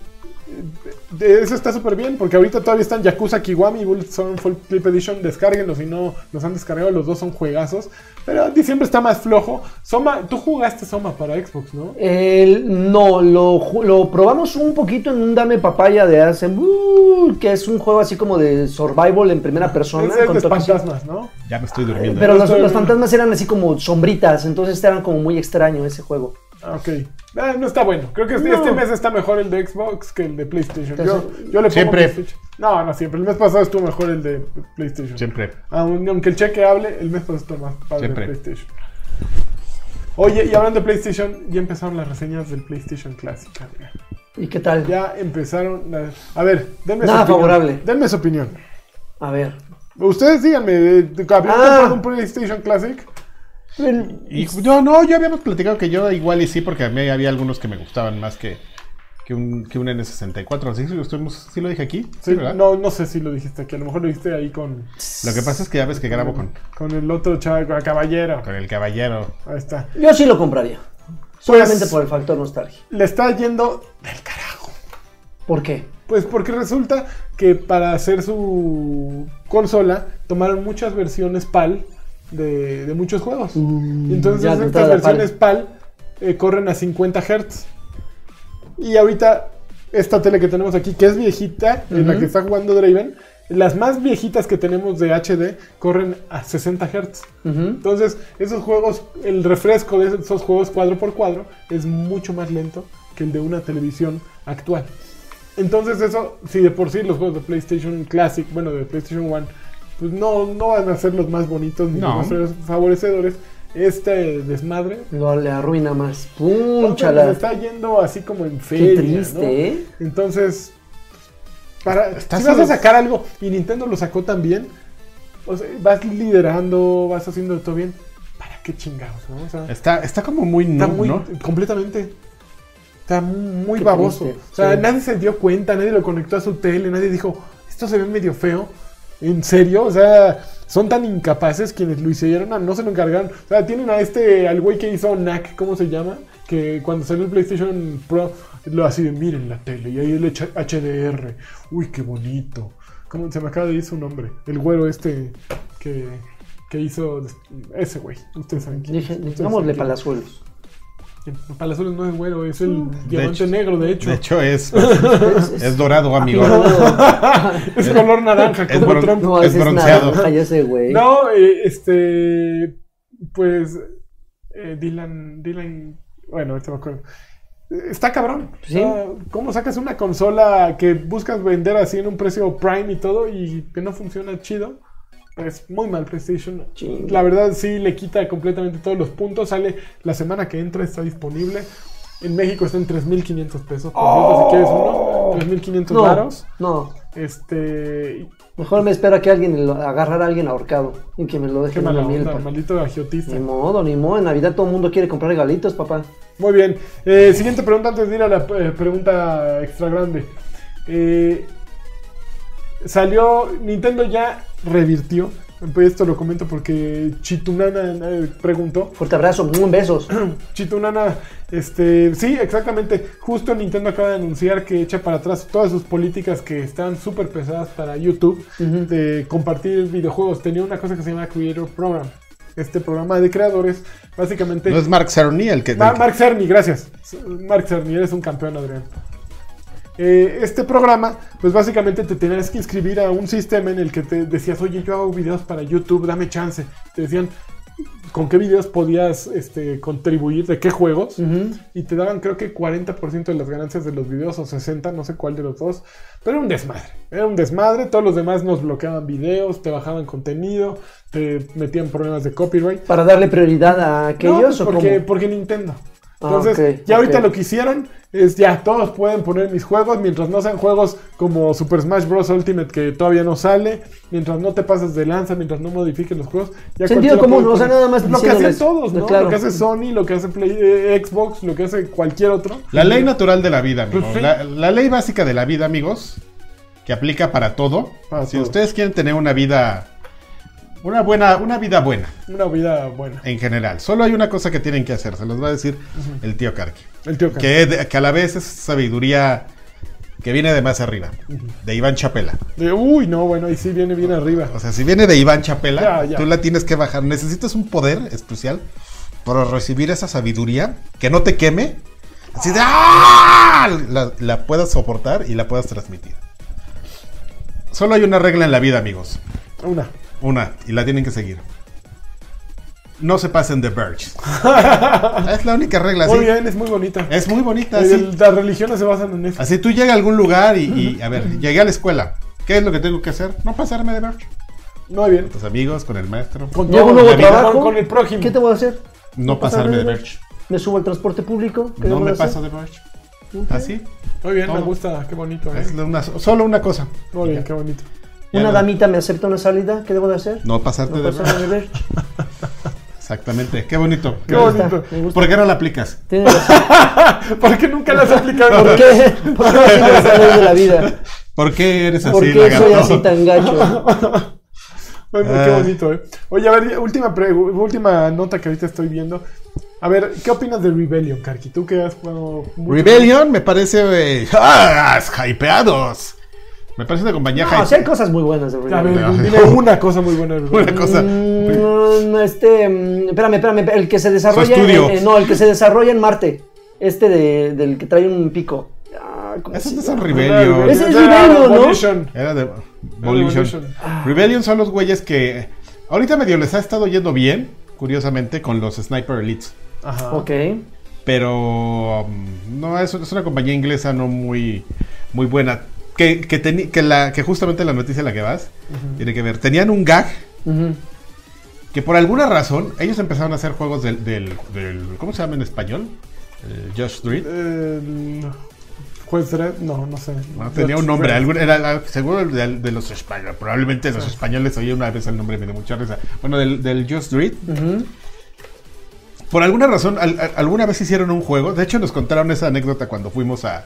S1: de eso está súper bien, porque ahorita todavía están Yakuza Kiwami y Bulletstorm Full Clip Edition. Descárguenlos si no los han descargado, los dos son juegazos. Pero diciembre está más flojo. Soma, tú jugaste Soma para Xbox, ¿no?
S2: El- no, lo, ju- lo probamos un poquito en un Dame Papaya de hace. uh, que es un juego así como de survival en primera persona.
S1: Ese es
S2: con
S1: de
S2: toques-
S1: fantasmas, ¿no?
S3: Ya me estoy durmiendo.
S2: Pero
S1: Yo
S2: los,
S1: estoy-
S2: los fantasmas eran así como sombritas, entonces eran como muy extraño ese juego.
S1: Ah, Ok. Ah, no está bueno. Creo que este-
S2: No.
S1: este mes está mejor el de Xbox que el de PlayStation. Yo,
S2: Entonces,
S1: yo le pongo
S3: Siempre.
S1: PlayStation. No, no siempre. El mes pasado estuvo mejor el de PlayStation.
S3: Siempre.
S1: Aun- Aunque el cheque hable, el mes pasado estuvo más padre el
S3: Siempre.
S1: PlayStation. Oye, y hablando de PlayStation, ya empezaron las reseñas del PlayStation Classic. amiga.
S2: ¿Y qué tal?
S1: Ya empezaron las... A ver, denme
S2: Nada
S1: su opinión.
S2: favorable.
S1: Denme su opinión.
S2: A ver.
S1: Ustedes díganme, eh, ¿habían
S2: Ah.
S1: comprado un PlayStation Classic?
S3: Y yo no, yo habíamos platicado que yo igual y sí, porque a mí había algunos que me gustaban más que, que, un, que un N64. Así que estuvimos, sí lo dije aquí, sí, ¿verdad?
S1: no, no sé si lo dijiste aquí. A lo mejor lo dijiste ahí con,
S3: Lo que pasa es que ya ves que grabo con,
S1: con el otro chaval, con el caballero.
S3: con el caballero.
S1: Ahí está.
S2: Yo sí lo compraría.
S1: Pues
S2: Solamente por el factor nostalgia.
S1: le está yendo.
S2: ¿Por qué?
S1: Pues porque resulta que para hacer su consola tomaron muchas versiones PAL de, de muchos juegos. Y entonces
S2: ya, de
S1: estas
S2: entrada,
S1: versiones PAL, eh, corren a 50 Hz. Y ahorita esta tele que tenemos aquí, que es viejita, en la que está jugando Draven, las más viejitas que tenemos de HD corren a 60 Hz.
S2: Ujú.
S1: Entonces, esos juegos, el refresco de esos juegos cuadro por cuadro es mucho más lento que el de una televisión actual. Entonces, eso, si de por sí los juegos de PlayStation Classic, bueno, de PlayStation One, pues no, no van a ser los más bonitos ni
S3: No.
S1: los más favorecedores, este desmadre.
S2: Lo le arruina más.
S1: entonces,
S2: Púnchala.
S1: les está yendo así como en
S2: Qué
S1: feria.
S2: triste,
S1: ¿no?
S2: ¿eh?
S1: Entonces, para, si
S3: Estás
S1: vas a
S3: solo-
S1: sacar algo y Nintendo lo sacó también, o sea, vas liderando, vas haciendo todo bien, ¿para qué chingados? no? O sea,
S3: Está, está como muy
S1: está
S3: no,
S1: muy,
S3: ¿no?
S1: completamente, está muy
S2: Qué
S1: baboso.
S2: triste,
S1: o sea,
S2: sí.
S1: nadie se dio cuenta, nadie lo conectó a su tele, nadie dijo, esto se ve medio feo. ¿En serio? O sea, son tan incapaces quienes lo hicieron, ah, no se lo encargaron. O sea, tienen a este, al güey que hizo Knack, ¿cómo se llama? Que cuando salió el PlayStation Pro, lo así de, miren la tele, y ahí el H- HDR. Uy, qué bonito. ¿Cómo se me acaba de ir su nombre? El güero este que, que hizo des- ese güey. Ustedes saben quién. es,
S2: Dije,
S1: ustedes
S2: Digámosle
S1: saben quién es.
S2: palazuelos.
S1: Palazuelos no es güero, es el
S3: De
S1: diamante
S3: hecho-
S1: negro, de hecho.
S3: De hecho, (laughs) es,
S2: Es- es-
S3: es dorado, amigo.
S2: No,
S1: Es color naranja,
S3: (laughs) Es
S1: como
S3: bron-
S1: Trump.
S2: no,
S3: Es
S2: ese es
S3: bronceado.
S2: naranja, ya sé, güey.
S1: No, eh, este. Pues. eh, Dylan. Dylan. Bueno, ahorita me acuerdo. Eh, Está cabrón.
S2: Sí.
S1: Ah, ¿Cómo sacas una consola que buscas vender así en un precio prime y todo y que no funciona chido? Pues muy mal PlayStation.
S2: Chinga.
S1: La verdad sí le quita completamente todos los puntos. Sale la semana que entra, está disponible. En México está en 3.500 pesos. Por cierto, si quieres uno, 3.500
S2: no,
S1: varos.
S2: no.
S1: Este,
S2: Mejor me espera que alguien lo, agarrar a alguien ahorcado y que me lo deje
S1: Qué
S2: en
S1: mala
S2: la
S1: onda,
S2: miel.
S1: maldito agiotista.
S2: Ni modo, ni modo. En Navidad todo el mundo quiere comprar regalitos, papá.
S1: Muy bien. Eh, siguiente pregunta antes de ir a la eh, pregunta extra grande. Eh, salió, Nintendo ya revirtió. Pues esto lo comento porque Chitunana eh, preguntó.
S2: Fuerte abrazo,
S1: (clears throat)
S2: un besos.
S1: Chitunana, este, sí, exactamente. Justo Nintendo acaba de anunciar que echa para atrás todas sus políticas que están súper pesadas para YouTube
S2: Ujú.
S1: de compartir videojuegos. Tenía una cosa que se llama Creator Program. Este programa de creadores, básicamente.
S3: No es Mark Cerny el que.
S1: Este, Ma-
S3: el que-
S1: Mark Cerny, gracias. Mark Cerny, eres un campeón, Adrián. Eh, este programa, pues básicamente te tenías que inscribir a un sistema en el que te decías, oye, yo hago videos para YouTube, dame chance. Te decían con qué videos podías este, contribuir, de qué juegos.
S2: Ujú.
S1: Y te daban creo que 40% de las ganancias de los videos o 60, no sé cuál de los dos. Pero era un desmadre. Era un desmadre. Todos los demás nos bloqueaban videos, te bajaban contenido, te metían problemas de copyright.
S2: Para darle prioridad a
S1: No,
S2: aquellos
S1: pues
S2: o
S1: porque,
S2: cómo?
S1: porque Nintendo.
S2: Ah,
S1: Entonces,
S2: ok,
S1: ya ahorita
S2: ok.
S1: lo que hicieron es ya todos pueden poner mis juegos mientras no sean juegos como Super Smash Bros. Ultimate que todavía no sale, mientras no te pases de lanza, mientras no modifiques los juegos. Ya cualquiera
S2: Sentido común,
S1: puede
S2: o sea,
S1: poner-
S2: nada más
S1: Lo que hacen
S2: diciéndoles,
S1: todos, ¿no?
S2: claro.
S1: Lo que hace Sony, lo que hace Play- eh, Xbox, lo que hace cualquier otro.
S3: La ley natural de la vida, amigos.
S1: Pues sí.
S3: la, la ley básica de la vida, amigos, que aplica para todo.
S1: Para
S3: si
S1: todo.
S3: ustedes quieren tener una vida, una buena, una vida buena
S1: Una vida buena.
S3: en general, solo hay una cosa que tienen que hacer, se los va a decir el tío Karki.
S1: El tío K.
S3: Que, de- que a la vez es sabiduría que viene de más arriba, de Iván Chapela.
S1: De, uy, no, bueno, ahí sí viene bien arriba.
S3: O sea, si viene de Iván Chapela,
S1: Ya, ya.
S3: tú la tienes que bajar. Necesitas un poder especial para recibir esa sabiduría que no te queme. Así de ¡ah! la, la puedas soportar y la puedas transmitir. Solo hay una regla en la vida, amigos.
S1: Una.
S3: Una, y la tienen que seguir. No se pasen de
S1: (laughs)
S3: Verge. es la única regla,
S1: Muy
S3: sí.
S1: bien, es muy bonita.
S3: Es muy bonita,
S1: Eh,
S3: sí.
S1: Las religiones se basan en eso.
S3: Así tú llegas a algún lugar y, y, a ver, llegué a la escuela. ¿Qué es lo que tengo que hacer? No pasarme de Verge.
S1: Muy bien.
S3: Con tus amigos, con el maestro.
S1: Con
S2: Llego a un
S1: todo,
S2: nuevo
S1: la vida,
S2: trabajo.
S1: Con, con el prójimo.
S2: ¿Qué te voy a hacer?
S3: No pasarme de Verge.
S2: Me subo al transporte público. ¿qué
S3: No
S2: debo de
S3: me
S2: hacer? ¿Mm?
S3: paso de Verge.
S2: Ok.
S3: Así.
S1: Muy bien, me
S3: Todo.
S1: gusta. Qué bonito. ¿eh?
S3: Es la- una- solo una cosa.
S1: Muy bien, qué bonito. (laughs)
S3: Ya
S2: Una
S3: no-
S2: damita me acepta una salida. ¿Qué debo de hacer?
S3: No pasarte
S2: No
S3: de
S2: pasarme de
S3: Verge.
S2: Verge.
S3: Exactamente. Qué bonito.
S1: Qué
S2: Me
S1: bonito.
S2: gusta, me gusta.
S3: ¿Por qué no la aplicas?
S2: Tienes razón.
S1: ¿Por qué nunca las has
S3: (laughs)
S1: aplicado?
S2: ¿Por qué? ¿Por qué así me sales de la vida?
S3: ¿Por qué eres así,
S2: ¿Por qué soy
S3: lagarto?
S2: así tan gacho?
S1: Bueno,
S3: Ah.
S1: qué bonito, ¿eh? Oye, a ver, ya, última, pregu- última nota que ahorita estoy viendo. A ver, ¿qué opinas de Rebellion, Karki? Tú que has jugado. mucho-
S3: (laughs) Rebellion me parece. eh, ¡Ah! ¡Hypeados! Me parece una compañía
S2: No,
S3: hype-
S2: sí hay cosas muy buenas de Verge.
S1: A ver,
S3: No.
S1: dime una cosa muy buena de Rebellion.
S3: (laughs) Una cosa.
S2: Mm, este, mm, espérame, espérame, el que se desarrolla,
S3: Su estudio.
S2: en- eh, no, el que se desarrolla en Marte, este de- del que trae un pico. Ah, ¿cómo
S3: Esos
S2: se
S3: no son
S2: llama?
S3: Rebellion.
S2: Ese es
S1: Ah,
S2: Rebellion, ¿no?
S1: Volition.
S3: Era de Volition.
S1: Volition.
S3: Rebellion son los güeyes que. eh, Ahorita medio les ha estado yendo bien, curiosamente, con los Sniper Elites.
S1: Ajá.
S2: Ok.
S3: pero um, no es, es una compañía inglesa no muy muy buena que que, teni- que la que justamente la noticia en la que vas tiene que ver tenían un gag
S2: Ujú.
S3: que por alguna razón ellos empezaron a hacer juegos del, del- del- cómo se llama en español El Josh Dreed
S1: Eh, juez Dredd, no, no sé.
S3: No, tenía un nombre, algún- era la- seguro el de, de los españoles, probablemente los españoles oí una vez el nombre, me dio mucha risa. Bueno, del, del Just Do It. Por alguna razón, al- al- alguna vez hicieron un juego, de hecho nos contaron esa anécdota cuando fuimos a,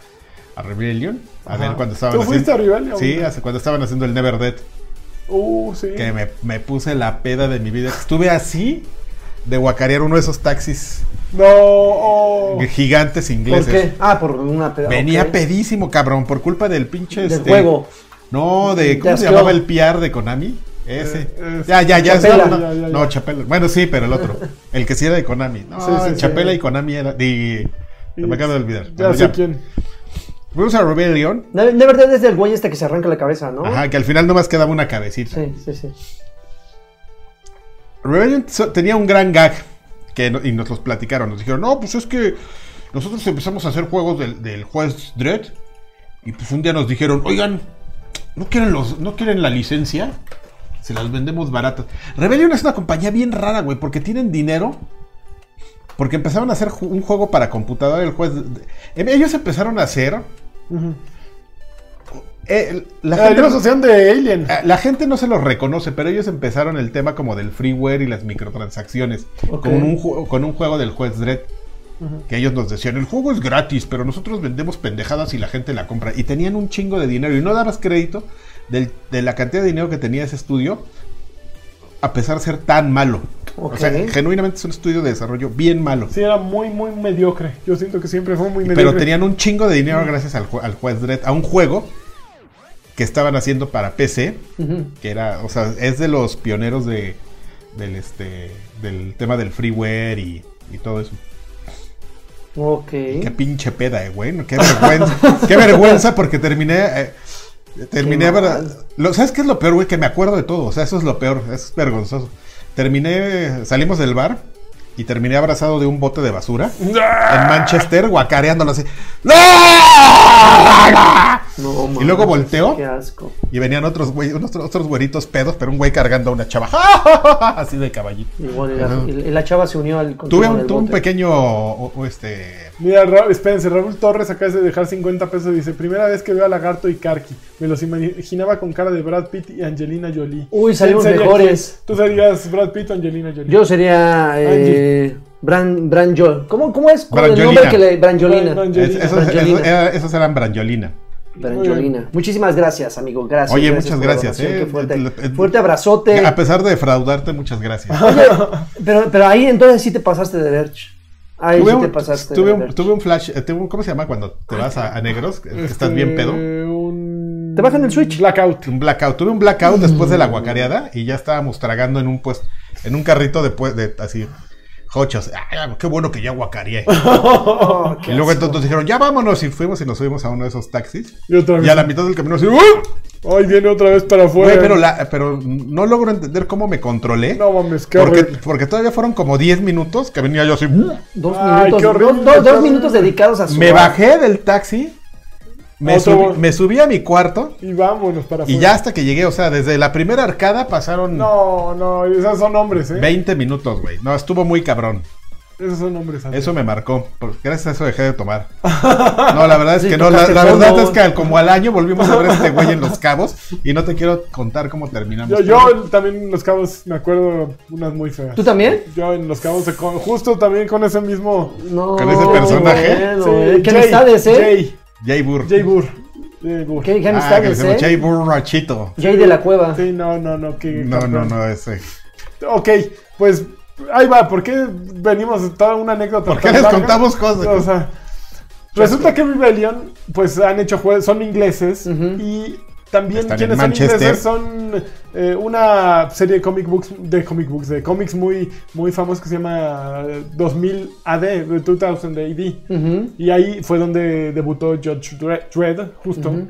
S3: a Rebellion, a
S1: Ajá.
S3: ver cuando estaban
S1: ¿Tú fuiste a Rebellion?
S3: Sí, hace- cuando estaban haciendo el Never Dead,
S1: Uh, sí.
S3: que me, me puse la peda de mi vida. Estuve así de guacarear uno de esos taxis
S1: No. oh.
S3: gigantes
S2: ¿Por
S3: ingleses.
S2: qué? Ah, por una peda.
S3: Venía
S2: ok.
S3: pedísimo, cabrón, por culpa del pinche
S2: Del
S3: este,
S2: juego.
S3: No, de
S2: De
S3: ¿cómo se
S2: asqueado.
S3: llamaba el PR de Konami? Ese.
S1: Eh, eh,
S3: ya, ya, ya,
S2: Chapela.
S3: no,
S1: Ya, ya, ya.
S3: no, Chapela. Bueno, sí, pero el
S1: (laughs)
S3: otro. El que sí era de Konami. No,
S1: Sí, sí, sí.
S3: Chapela y Konami era. Y,
S1: Y-
S3: me acabo de olvidar.
S1: Ya
S3: Bueno,
S1: sé
S3: ya.
S1: quién.
S3: Fuimos a Rebellion.
S2: De, de verdad es el güey este que se arranca la cabeza, ¿no?
S3: Ajá, que al final nomás quedaba una cabecita.
S2: Sí, sí, sí.
S3: Rebellion so- tenía un gran gag que no- y nos los platicaron. Nos dijeron, no, pues es que nosotros empezamos a hacer juegos del, del juez Dredd y pues un día nos dijeron, oigan, ¿no quieren, los, ¿no quieren la licencia? Se las vendemos baratas. Rebellion es una compañía bien rara, güey, porque tienen dinero. Porque empezaron a hacer ju- un juego para computadora del juez. Em, Ellos empezaron a hacer...
S1: Ujú. Ah,
S3: eh, la
S1: La
S3: gente-
S1: asociación de Alien.
S3: Ah, La gente no se los reconoce, pero ellos empezaron el tema como del freeware y las microtransacciones.
S2: Ok.
S3: Con, un ju- con un juego del juez Dredd. Que ellos nos decían, el juego es gratis, pero nosotros vendemos pendejadas y la gente la compra. Y tenían un chingo de dinero y no dabas crédito del- de la cantidad de dinero que tenía ese estudio, a pesar de ser tan malo.
S2: Ok.
S3: O sea, genuinamente es un estudio de desarrollo bien malo.
S1: Sí, era muy, muy mediocre. Yo siento que siempre fue muy mediocre.
S3: Pero tenían un chingo de dinero gracias al, ju- al juez Dredd, a un juego que estaban haciendo para PC,
S2: Ujú.
S3: que era, o sea, es de los pioneros de, del, este, del tema del freeware y, y todo eso.
S2: Ok.
S3: Qué pinche peda, eh, güey. no, Qué
S2: (laughs)
S3: vergüenza. qué vergüenza porque terminé... eh, terminé,
S2: Qué
S3: ¿verdad?
S2: mal.
S3: Lo, ¿Sabes qué es lo peor, güey? Que me acuerdo de todo. O sea, eso es lo peor. Es vergonzoso. Terminé... Salimos del bar y terminé abrazado de un bote de basura en Manchester, guacareándolo así. ¡No!
S2: No,
S3: Y luego
S2: manches,
S3: volteo.
S2: Qué asco.
S3: Y venían otros, güey, unos- otros güeritos pedos, pero un güey cargando a una chava. (laughs) Así de caballito.
S2: Igual, y la, y la chava se unió al consumo
S3: Tuve un,
S2: del
S3: tuve un
S2: bote.
S3: pequeño. o- o este,
S1: Mira, Ra- espérense, Raúl Torres acaba de dejar 50 pesos. Dice: Primera vez que veo a Lagarto y Karki. Me los imaginaba con cara de Brad Pitt y Angelina Jolie.
S2: Uy, salimos
S1: ¿Quién sería
S2: mejores.
S1: quién? Tú serías Brad Pitt o Angelina Jolie.
S2: Yo sería eh, Bran, Branjol. ¿Cómo, ¿Cómo es con el
S3: Branjolina.
S2: nombre que le. Branjolina.
S1: Bran- Branjolina.
S3: es- esos,
S2: Branjolina.
S3: esos- era- esos eran Branjolina.
S2: Perenjolina. Muchísimas gracias, amigo. Gracias.
S3: Oye, muchas
S2: por la
S3: gracias,
S2: donación,
S3: eh.
S2: qué fuerte,
S3: El- el- el-
S2: fuerte abrazote.
S3: A pesar de defraudarte, muchas gracias.
S2: Pero, pero ahí entonces sí te pasaste de Verge. Ahí
S3: Tuve
S2: sí te
S3: un,
S2: pasaste
S3: tuve
S2: de
S3: un-
S2: Verge.
S3: tuve un flash, eh, tuve un- ¿cómo se llama cuando te vas a, a negros?
S1: Este,
S3: Que Estás bien pedo.
S1: Un...
S2: Te bajan el Switch.
S1: Blackout.
S3: Un blackout. Tuve un blackout después de la guacareada y ya estábamos tragando en un puesto, en un carrito de, pue- de así, jochos. Ay, ah, qué bueno que ya guacareé.
S2: (laughs) Oh, qué
S3: Y luego
S2: asco.
S3: entonces dijeron, ya vámonos. Y fuimos y nos subimos a uno de esos taxis.
S1: Y otra vez.
S3: Y a la mitad del camino así, ¡uh!
S1: Ay, viene otra vez para afuera.
S3: Güey, pero, la- pero no logro entender cómo me controlé.
S1: No mames, qué
S3: porque,
S1: horrible.
S3: porque todavía fueron como 10 minutos que venía yo así. ¡mm!
S2: Dos
S1: Ay,
S2: minutos,
S1: qué horrible,
S2: dos- dos-
S1: está-
S2: dos minutos dedicados a su
S3: Me bajé del taxi, me,
S1: Otro
S3: subí-
S1: bol-
S3: me subí a mi cuarto
S1: Y vámonos para afuera.
S3: y ya hasta que llegué, o sea, desde la primera arcada pasaron
S1: No, no, esos son hombres, ¿eh?
S3: 20 minutos, güey. No, estuvo muy cabrón.
S1: Esos son hombres. así.
S3: Eso me marcó. porque Gracias a eso dejé
S1: (laughs)
S3: de tomar. No, la verdad es que no. La,
S2: tocaste
S3: la verdad
S2: fondo.
S3: es que al- como al año volvimos a ver a este güey en Los
S1: (laughs)
S3: Cabos y no te quiero contar cómo terminamos.
S1: Yo, yo también en Los Cabos me acuerdo unas muy feas.
S2: ¿Tú también?
S1: Yo en Los Cabos, con- justo también con ese mismo...
S2: No.
S3: ¿Con ese personaje?
S2: bueno,
S1: Sí,
S2: eh, qué
S1: Jay,
S2: amistades, ¿eh?
S1: Jay,
S3: Jay Burr.
S1: Jay Burr. Jay Burr.
S2: Qué, qué
S3: Ah, que le
S2: amistades,
S3: decimos,
S2: ¿eh?
S3: Jay Burrachito.
S2: Jay de la cueva.
S1: Sí, no, no, no, qué
S3: No, no,
S1: campeón.
S3: no, ese.
S1: Ok, pues ahí va, ¿por qué venimos toda una anécdota?
S3: ¿Por qué
S1: tan
S3: les
S1: larga?
S3: contamos cosas?
S1: O sea, resulta que Rebellion, pues han hecho juegos, son ingleses
S2: Ujú.
S1: y también
S3: Están en
S1: quienes son
S3: Manchester.
S1: ingleses son eh, una serie de comic books, de comic books, de cómics muy, muy famosos que se llama eh, 2000 AD, de 2000 AD.
S2: Ujú.
S1: Y ahí fue donde debutó Judge Dre- Dredd, justo.
S2: Ujú.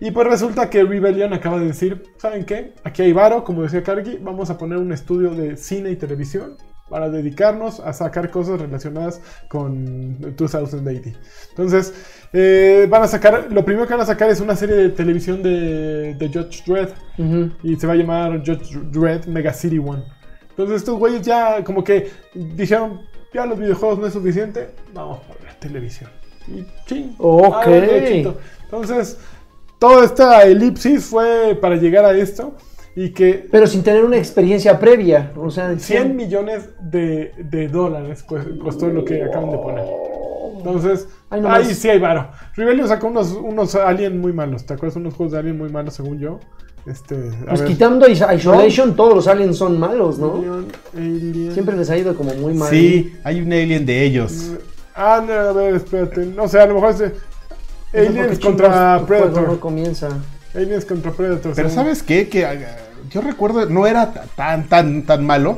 S1: Y pues resulta que Rebellion acaba de decir, ¿saben qué? Aquí hay varo, como decía Kargi, vamos a poner un estudio de cine y televisión para dedicarnos a sacar cosas relacionadas con 2080. Entonces, eh, van a sacar, lo primero que van a sacar es una serie de televisión de, de Judge Dredd
S2: Ujú.
S1: y se va a llamar Judge Dredd Mega City One. Entonces estos güeyes ya como que dijeron, ya los videojuegos no es suficiente, vamos por la televisión. Y ah, ching.
S2: Ok.
S1: háganle éxito. Entonces, toda esta elipsis fue para llegar a esto y que
S2: Pero sin tener una experiencia previa. O sea,
S1: 100 millones de, de dólares cu- costó lo que acaban de poner. Entonces,
S2: Ay, no
S1: ahí
S2: más.
S1: sí hay varo. Rebellion sacó unos, unos Alien muy malos, ¿te acuerdas? Unos juegos de Alien muy malos, según yo. Este, a
S2: Pues
S1: ver.
S2: quitando Is- Isolation, todos los aliens son malos, ¿no?
S1: Alien, Alien.
S2: Siempre les ha ido como muy mal.
S3: Sí, hay un alien de ellos.
S1: Ah, no, a ver, espérate. No sé, a lo mejor es. eh,
S2: No sé por
S1: Aliens
S2: qué
S1: contra
S2: chingados tu juego
S1: Predator.
S2: pues, No comienza.
S1: Aliens contra Predator.
S3: Pero
S1: sí.
S3: ¿sabes qué? Que ah, yo recuerdo, no era ta- tan, tan, tan malo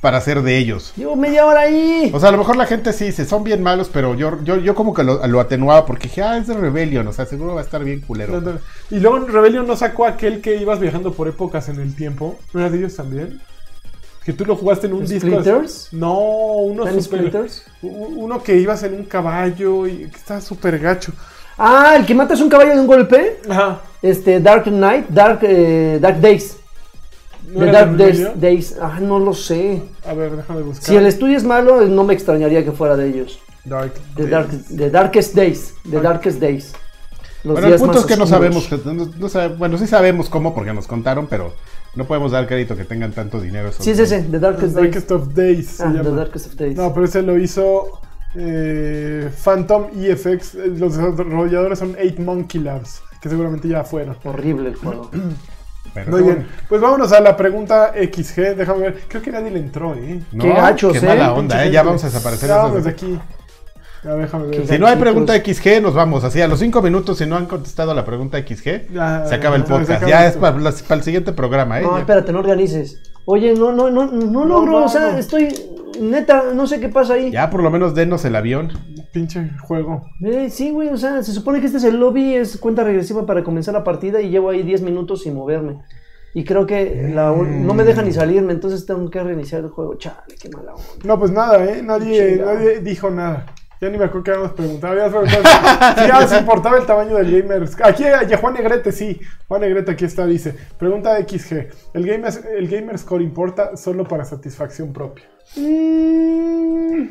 S3: para ser de ellos.
S2: Llevo media hora ahí.
S3: O sea, a lo mejor la gente sí dice, son bien malos, pero yo, yo, yo como que lo, lo atenuaba porque dije, ah, es de Rebellion, o sea, seguro va a estar bien
S1: No,
S3: culero.
S1: no. Y luego en Rebellion no sacó aquel que ibas viajando por épocas en el tiempo. ¿No era de ellos también? Que tú lo jugaste en un disco.
S2: ¿Splitters?
S1: No, uno
S2: ¿Time
S1: super-
S2: Splitters?
S1: u- uno que ibas en un caballo y que estaba súper gacho.
S2: Ah, el que matas un caballo de un golpe.
S1: Ajá.
S2: Este, Dark Knight, Dark, eh, Dark Days.
S1: ¿No
S2: De
S1: era
S2: Dark
S1: de
S2: Days,
S1: Rebellion?
S2: Days. Ah, no lo sé.
S1: A ver, déjame buscar.
S2: Si el estudio es malo, no me extrañaría que fuera de ellos.
S1: Dark
S2: The,
S1: Days.
S2: dark, the Darkest Days. The Darkest Days. Los
S3: Bueno, el punto
S2: más
S3: es que no
S2: oscuros.
S3: sabemos, que- no, no sabe- bueno, sí sabemos cómo porque nos contaron, pero no podemos dar crédito que tengan tanto dinero. esos
S2: Sí, es
S3: güeyes.
S2: ese, The
S1: The
S2: Darkest Days.
S1: Darkest of Days. se
S2: Ah, The
S1: llama.
S2: Darkest of Days.
S1: No, pero ese lo hizo eh, Phantom EFX. Eh, Los desarrolladores son 8 Monkey Labs, que seguramente ya fueron.
S2: Horrible el juego.
S3: Pero
S1: Muy
S3: qué
S1: bien, pues vámonos a la pregunta XG. Déjame ver. Creo que nadie le entró, ¿eh?
S3: bueno.
S2: Qué
S3: No,
S2: gachos,
S3: qué
S2: ¿eh?
S3: mala onda, ¿eh? Ya
S1: Pinche
S3: vamos a
S1: gente.
S3: desaparecer.
S1: Ya
S3: esos-
S1: vamos de aquí. Ya, déjame ver.
S3: Si no hay pregunta XG, nos vamos. Así a los cinco minutos, si no han contestado la pregunta XG,
S1: Ya,
S3: se acaba el
S1: ya, ya, se
S3: podcast.
S1: acaba
S3: Ya es
S1: esto.
S3: para, las- para el siguiente programa, ¿eh?
S2: No,
S3: Ya.
S2: espérate, no organices. Oye, no, no, no, no logro,
S1: no,
S2: o sea,
S1: no.
S2: estoy, neta, no sé qué pasa ahí.
S3: Ya por lo menos denos el avión.
S1: Pinche juego.
S2: Eh, sí, güey, o sea, se supone que este es el lobby, es cuenta regresiva para comenzar la partida y llevo ahí 10 minutos sin moverme. Y creo que la ul- no me deja
S1: Mm.
S2: ni salirme, entonces tengo que reiniciar el juego. Chale, qué mala onda.
S1: No, pues nada, ¿eh? Nadie,
S2: Chinga.
S1: nadie dijo nada. Ya ni me acuerdo que habíamos preguntado. Habíamos preguntado si ya se importaba el tamaño del gamer. Aquí, ya Juan Negrete, sí. Juan Negrete, aquí está, dice. Pregunta XG. ¿El gamer, el gamer score importa solo para satisfacción propia?
S2: Mm,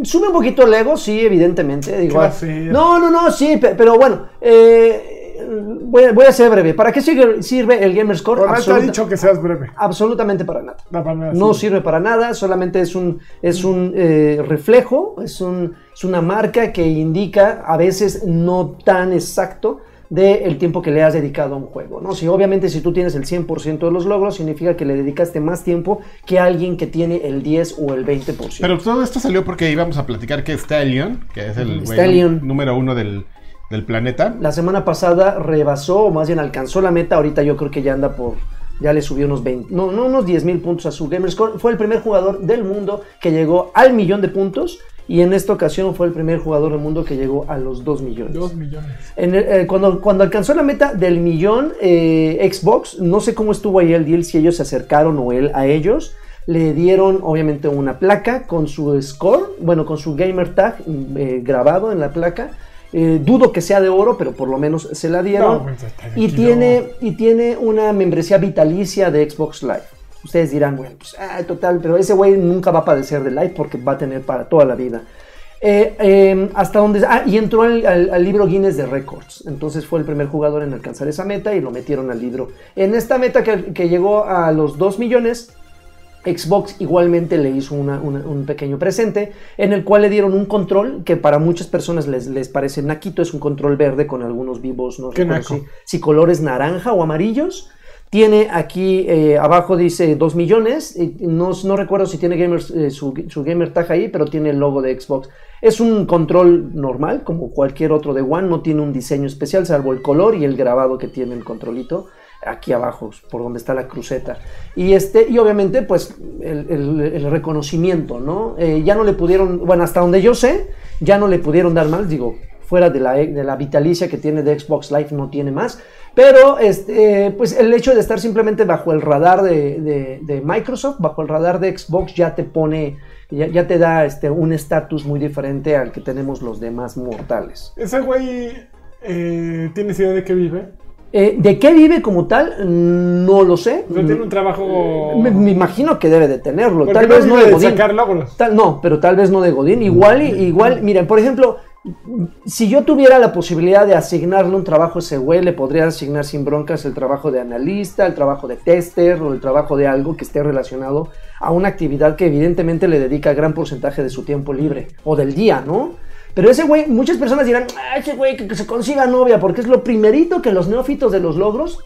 S2: mm, sube un poquito el ego, sí, evidentemente. Igual.
S1: feo.
S2: No, no, no, sí, pe- pero bueno, eh, voy, a, voy a ser breve. ¿Para qué sirve, sirve el Gamer Score?
S1: Ronald te ha
S2: Absoluta-
S1: dicho que seas breve.
S2: Absolutamente para nada.
S1: No, para nada,
S2: No
S1: sí.
S2: sirve para nada, solamente es un, es un eh, reflejo, es un, Es una marca que indica, a veces no tan exacto, del tiempo que le has dedicado a un juego. ¿no? Si obviamente si tú tienes el 100% de los logros, significa que le dedicaste más tiempo que alguien que tiene el 10 o el 20%.
S3: Pero todo esto salió porque íbamos a platicar que Stallion, que es el güey
S2: Stallion.
S3: número uno del, del planeta,
S2: La semana pasada rebasó, o más bien alcanzó la meta. Ahorita yo creo que ya anda por. Ya le subió unos 20, no, no unos 10 mil puntos a su Gamerscore. Fue el primer jugador del mundo que llegó al millón de puntos. Y en esta ocasión fue el primer jugador del mundo que llegó a los 2 millones.
S1: Dos millones.
S2: En el- eh, cuando, cuando alcanzó la meta del millón eh, Xbox, no sé cómo estuvo ahí el deal, si ellos se acercaron o él a ellos. Le dieron obviamente una placa con su score, bueno, con su gamer tag mm, eh, grabado en la placa. Eh, dudo que sea de oro, pero por lo menos se la dieron.
S1: No, pues, está
S2: y,
S1: tranquilo.
S2: tiene, y tiene una membresía vitalicia de Xbox Live. Ustedes dirán, bueno, pues ah, total, pero ese güey nunca va a padecer de Live porque va a tener para toda la vida. Eh, eh, hasta donde. Ah, y entró al, al- al libro Guinness de Records. Entonces fue el primer jugador en alcanzar esa meta y lo metieron al libro. En esta meta que, que llegó a los 2 millones, Xbox igualmente le hizo una- una- un pequeño presente en el cual le dieron un control que para muchas personas les, les parece naquito, es un control verde con algunos vivos, no
S1: Qué
S2: recuerdo
S1: naco.
S2: si, si colores naranja o amarillos. Tiene aquí eh, abajo dice 2 millones, y no, no recuerdo si tiene gamers, eh, su, su gamer tag ahí, pero tiene el logo de Xbox. Es un control normal, como cualquier otro de One, no tiene un diseño especial, salvo el color y el grabado que tiene el controlito aquí abajo, por donde está la cruceta. Y, este, y obviamente, pues, el, el- el reconocimiento, ¿no? Eh, ya no le pudieron, bueno, hasta donde yo sé, ya no le pudieron dar más, digo, fuera de la, de la vitalicia que tiene de Xbox Live, no tiene más. Pero, este, pues, el hecho de estar simplemente bajo el radar de, de- de Microsoft, bajo el radar de Xbox, ya te pone, ya, ya te da este, un estatus muy diferente al que tenemos los demás mortales.
S1: Ese güey. eh, ¿Tienes idea de qué vive?
S2: Eh, ¿De qué vive como tal? No lo sé.
S1: O sea, tiene un trabajo.
S2: Mm. Me, me imagino que debe de tenerlo.
S1: Porque
S2: Tal
S1: no
S2: vez no
S1: vive
S2: de
S1: de
S2: Godín.
S1: sacar logros.
S2: Tal- no, pero tal vez no de Godín. Igual, y- igual, miren, por ejemplo, si yo tuviera la posibilidad de asignarle un trabajo a ese güey, le podría asignar sin broncas el trabajo de analista, el trabajo de tester o el trabajo de algo que esté relacionado a una actividad que evidentemente le dedica gran porcentaje de su tiempo libre o del día, ¿no? Pero ese güey, muchas personas dirán, "Ah, ese güey que, que se consiga novia, porque es lo primerito que los neófitos de los logros,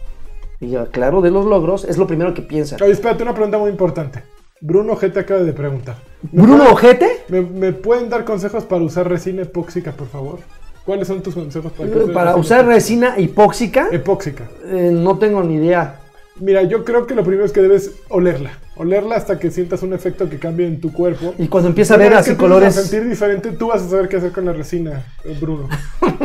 S2: y claro, de los logros, es lo primero que piensan.
S1: Oye, espérate, una pregunta muy importante. Bruno G te acaba de preguntar.
S2: ¿Bruno Ojete?
S1: ¿Me, me pueden dar consejos para usar resina epóxica, por favor? ¿Cuáles son tus consejos para, que uses
S2: Para
S1: resina
S2: usar resina hipóxica,
S1: epóxica?
S2: eh, no tengo ni idea.
S1: Mira, yo creo que lo primero es que debes olerla. Olerla hasta que sientas un efecto que cambie en tu cuerpo.
S2: Y cuando empieza a ver
S1: Una vez
S2: así
S1: que empiezas
S2: colores,
S1: A sentir diferente, tú vas a saber qué hacer con la resina, eh, Bruno.
S2: (laughs)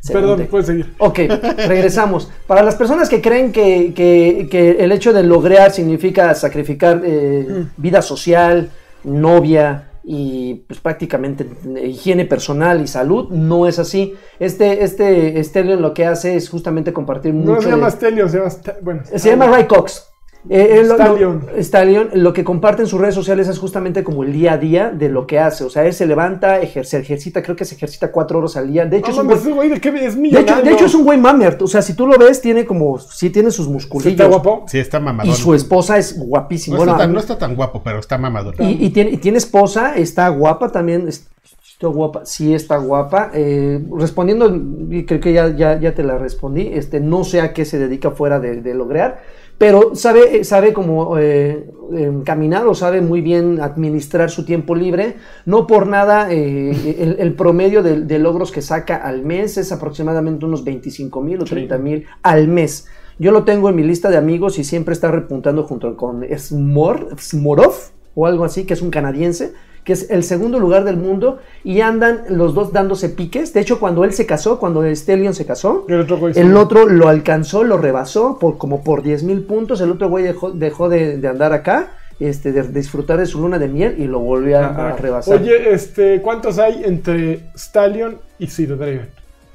S2: se
S1: Perdón,
S2: hunde.
S1: puedes seguir.
S2: Ok, regresamos. Para las personas que creen que, que- que el hecho de lograr significa sacrificar
S1: Mm.
S2: eh, vida social, novia y pues prácticamente eh, higiene personal y salud, no es así. Este, este Stellion lo que hace es justamente compartir mucho.
S1: No se
S2: de-
S1: llama Stelio, se llama... Sta- Bueno,
S2: Se llama Ray Cox. Eh, él lo- lo-
S1: Stallion.
S2: Stallion, lo que comparte en sus redes sociales es justamente como el día a día de lo que hace. O sea, él se levanta, ejer- se ejercita, creo que se ejercita cuatro horas al día. De hecho,
S1: No
S2: es un
S1: mames,
S2: güey-
S1: ese güey, ¿de qué es
S2: de hecho,
S1: millonario?
S2: de hecho es un güey mamer. O sea, si tú lo ves, tiene como. Sí, tiene sus
S1: ¿Sí ¿Está
S2: musculillos.
S1: guapo?
S3: sí está
S2: Y
S3: mamadón.
S2: su esposa es
S3: no,
S2: guapísima.
S3: está
S2: Bueno,
S3: tan, no está tan guapo, pero está mamadón.
S2: y, y tiene, y tiene esposa, está guapa también. es- Está guapa, sí está guapa. Eh, respondiendo, y creo que ya, ya, ya te la respondí. Este, no sé a qué se dedica fuera de, de lograr, pero sabe, eh, sabe cómo eh, eh, caminar o sabe muy bien administrar su tiempo libre. No por nada, eh, el, el promedio de, de logros que saca al mes es aproximadamente unos 25 mil o 30 mil al mes. Yo lo tengo en mi lista de amigos y siempre está repuntando junto con Smor, Smorov o algo así, que es un canadiense, que es el segundo lugar del mundo y andan los dos dándose piques. De hecho, cuando él se casó, cuando Stellion se casó,
S1: El otro güey sí.
S2: el otro lo alcanzó, lo rebasó por como por 10 mil puntos. El otro güey dejó, dejó de, de andar acá, este, de disfrutar de su luna de miel y lo volvió a, a rebasar.
S1: Oye, este, ¿cuántos hay entre Stallion y Sir Draven?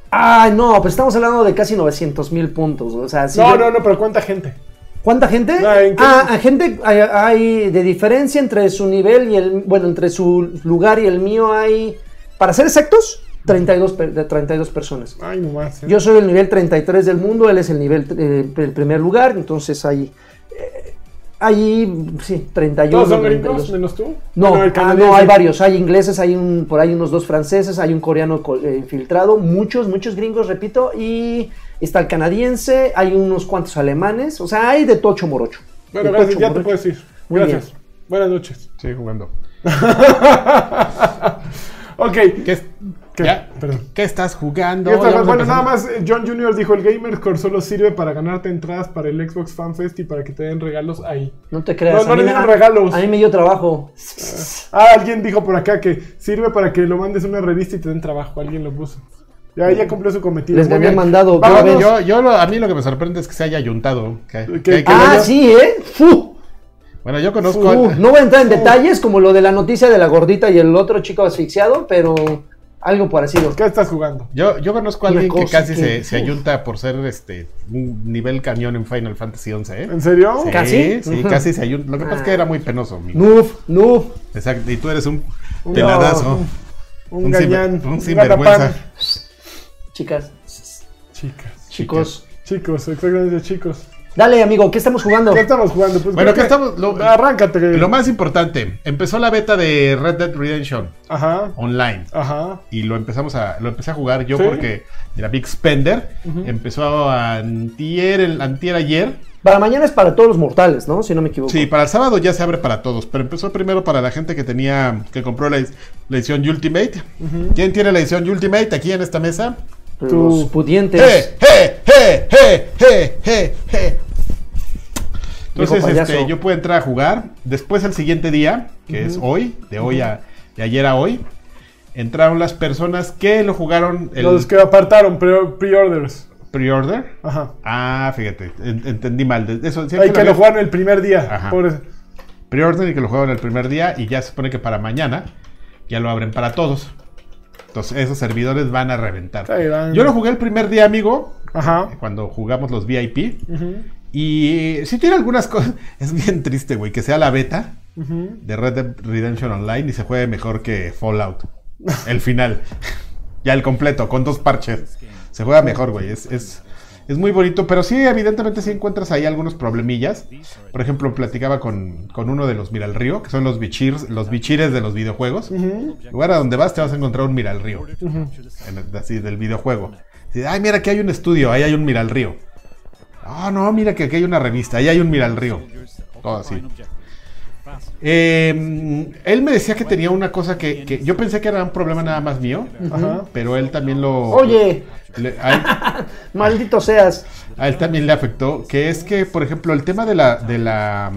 S2: Ay, no, pues estamos hablando de casi 900 mil puntos. O sea, sí
S1: no,
S2: le-
S1: no, no, pero ¿cuánta gente?
S2: ¿Cuánta gente?
S1: Ah, ¿en qué-
S2: Ah, a gente hay, hay de diferencia entre su nivel y el bueno, entre su lugar y el mío hay para ser exactos 32 per- de 32 personas.
S1: Ay, nomás. ¿eh?
S2: Yo soy el nivel 33 del mundo, él es el nivel eh, el primer lugar, entonces ahí eh, Ahí, sí, 31.
S1: ¿Todos son
S2: 32.
S1: gringos menos tú?
S2: No,
S1: Bueno, el
S2: ah,
S1: canadiense.
S2: no, hay varios, hay ingleses, hay un, por ahí unos dos franceses, hay un coreano co- eh, infiltrado, muchos, muchos gringos, repito, y está el canadiense, hay unos cuantos alemanes, o sea, hay de tocho morocho.
S1: Bueno,
S2: De
S1: gracias,
S2: tocho
S1: ya te
S2: morocho.
S1: puedes ir.
S2: Muy
S1: Gracias. Buenas noches.
S3: Sigue jugando.
S1: Ok.
S3: ¿Qué, es-
S1: ¿Qué?
S3: ya?
S1: Perdón.
S3: ¿Qué estás jugando?
S1: Y esta-
S3: Ya vamos
S1: bueno, nada
S3: empezando.
S1: más, eh, John Jr. dijo, el GamerCore solo sirve para ganarte entradas para el Xbox Fan Fest y para que te den regalos ahí.
S2: No te creas.
S1: No, no
S2: a mí
S1: le
S2: me-
S1: dieron regalos.
S2: A mí me dio trabajo.
S1: Ah, alguien dijo por acá que sirve para que lo mandes a una revista y te den trabajo. Alguien lo puso. Ya, ya cumplió su cometido.
S2: Les
S1: Muy
S2: mandé
S1: bien.
S2: mandado.
S1: Vamos,
S2: cada vez.
S3: Yo, yo lo- a mí lo que me sorprende es que se haya ayuntado. que-
S1: Que-
S3: que- que-
S1: que-
S2: ah,
S1: vaya-
S2: sí, ¿eh? Fu.
S3: bueno, yo conozco.
S1: Uh.
S2: Fu.
S3: al-
S2: No voy a entrar en detalles como lo de la noticia de la gordita y el otro chico asfixiado, pero algo parecido.
S1: ¿Qué estás jugando?
S3: Yo, yo conozco a
S2: Una
S3: alguien que
S2: cosa
S3: casi
S2: que-
S3: se, se
S2: uf.
S3: ayunta por ser este un nivel cañón en Final Fantasy XI, ¿eh?
S1: ¿En serio?
S3: Sí,
S2: ¿Casi?
S3: Sí,
S2: Ujú. Ah.
S3: casi se ayunta. Lo que pasa es que era muy penoso, amigo.
S2: Nuf, nuf.
S3: Exacto, y tú eres un
S1: Un-
S3: peladazo.
S1: Un,
S3: Un ciber-
S1: gañán.
S3: un sinvergüenza.
S1: gatapán.
S2: Chicas,
S1: Chicas.
S2: chicos.
S1: Chicos, exactamente chicos.
S2: Dale, amigo, ¿qué estamos jugando?
S1: ¿Qué estamos jugando? Pues creo
S3: Bueno, ¿qué
S1: que-
S3: estamos- lo-
S1: Arráncate.
S3: Lo más importante, empezó la beta de Red Dead Redemption
S1: Ajá.
S3: online.
S1: Ajá.
S3: Y lo empezamos a, lo empecé a jugar yo
S1: ¿Sí?
S3: porque era Big Spender. Empezó antier, el, antier ayer.
S2: Para mañana es para todos los mortales, ¿no? Si no me equivoco.
S3: Sí, para el sábado ya se abre para todos, pero empezó primero para la gente que tenía, que compró la, la edición Ultimate. ¿Quién tiene la edición Ultimate aquí en esta mesa?
S2: Los
S1: Tú.
S2: pudientes.
S3: ¡Eh, eh, eh, eh, eh, eh, eh! Entonces,
S2: Dijo payaso.
S3: este, yo puedo entrar a jugar. Después, el siguiente día, que es hoy, de hoy a, de ayer a hoy, entraron las personas que lo jugaron el
S1: Los que apartaron pre- pre-orders.
S3: pre-order.
S1: Ajá.
S3: Ah, fíjate, en- entendí mal. de- Eso siempre
S1: Hay que
S3: había-
S1: lo jugaron el primer día.
S3: Ajá.
S1: Pobre-
S3: pre-order y que lo juegan el primer día y ya se supone que para mañana ya lo abren para todos. Entonces esos servidores van a reventar.
S1: Está bien.
S3: Yo lo jugué el primer día, amigo,
S1: Ajá.
S3: cuando jugamos los VIP.
S1: Ujú,
S3: Y sí tiene algunas cosas. (laughs) Es bien triste, güey, que sea la beta
S1: ujú.
S3: de Red Dead Redemption Online y se juegue mejor que Fallout. El final. (laughs) ya el completo, con dos parches. Se juega mejor, güey. Es, es, es muy bonito, pero sí, evidentemente sí encuentras ahí algunos problemillas. Por ejemplo, platicaba con, con uno de los Miralrío, que son los bichirs, los bichires de los videojuegos. Lugar a donde vas te vas a encontrar un Miralrío. En el- Así del videojuego. Así, Ay, mira, aquí hay un estudio, ahí hay un Miralrío. Ah, no, mira que aquí hay una revista, ahí hay un Miralrío. Todo así. Eh, él me decía que tenía una cosa que, que yo pensé que era un problema nada más mío,
S1: Ajá.
S3: pero él también lo...
S2: Oye,
S3: le- a, él,
S2: maldito seas.
S3: a él también le afectó, que es que, por ejemplo, el tema de la... De, la,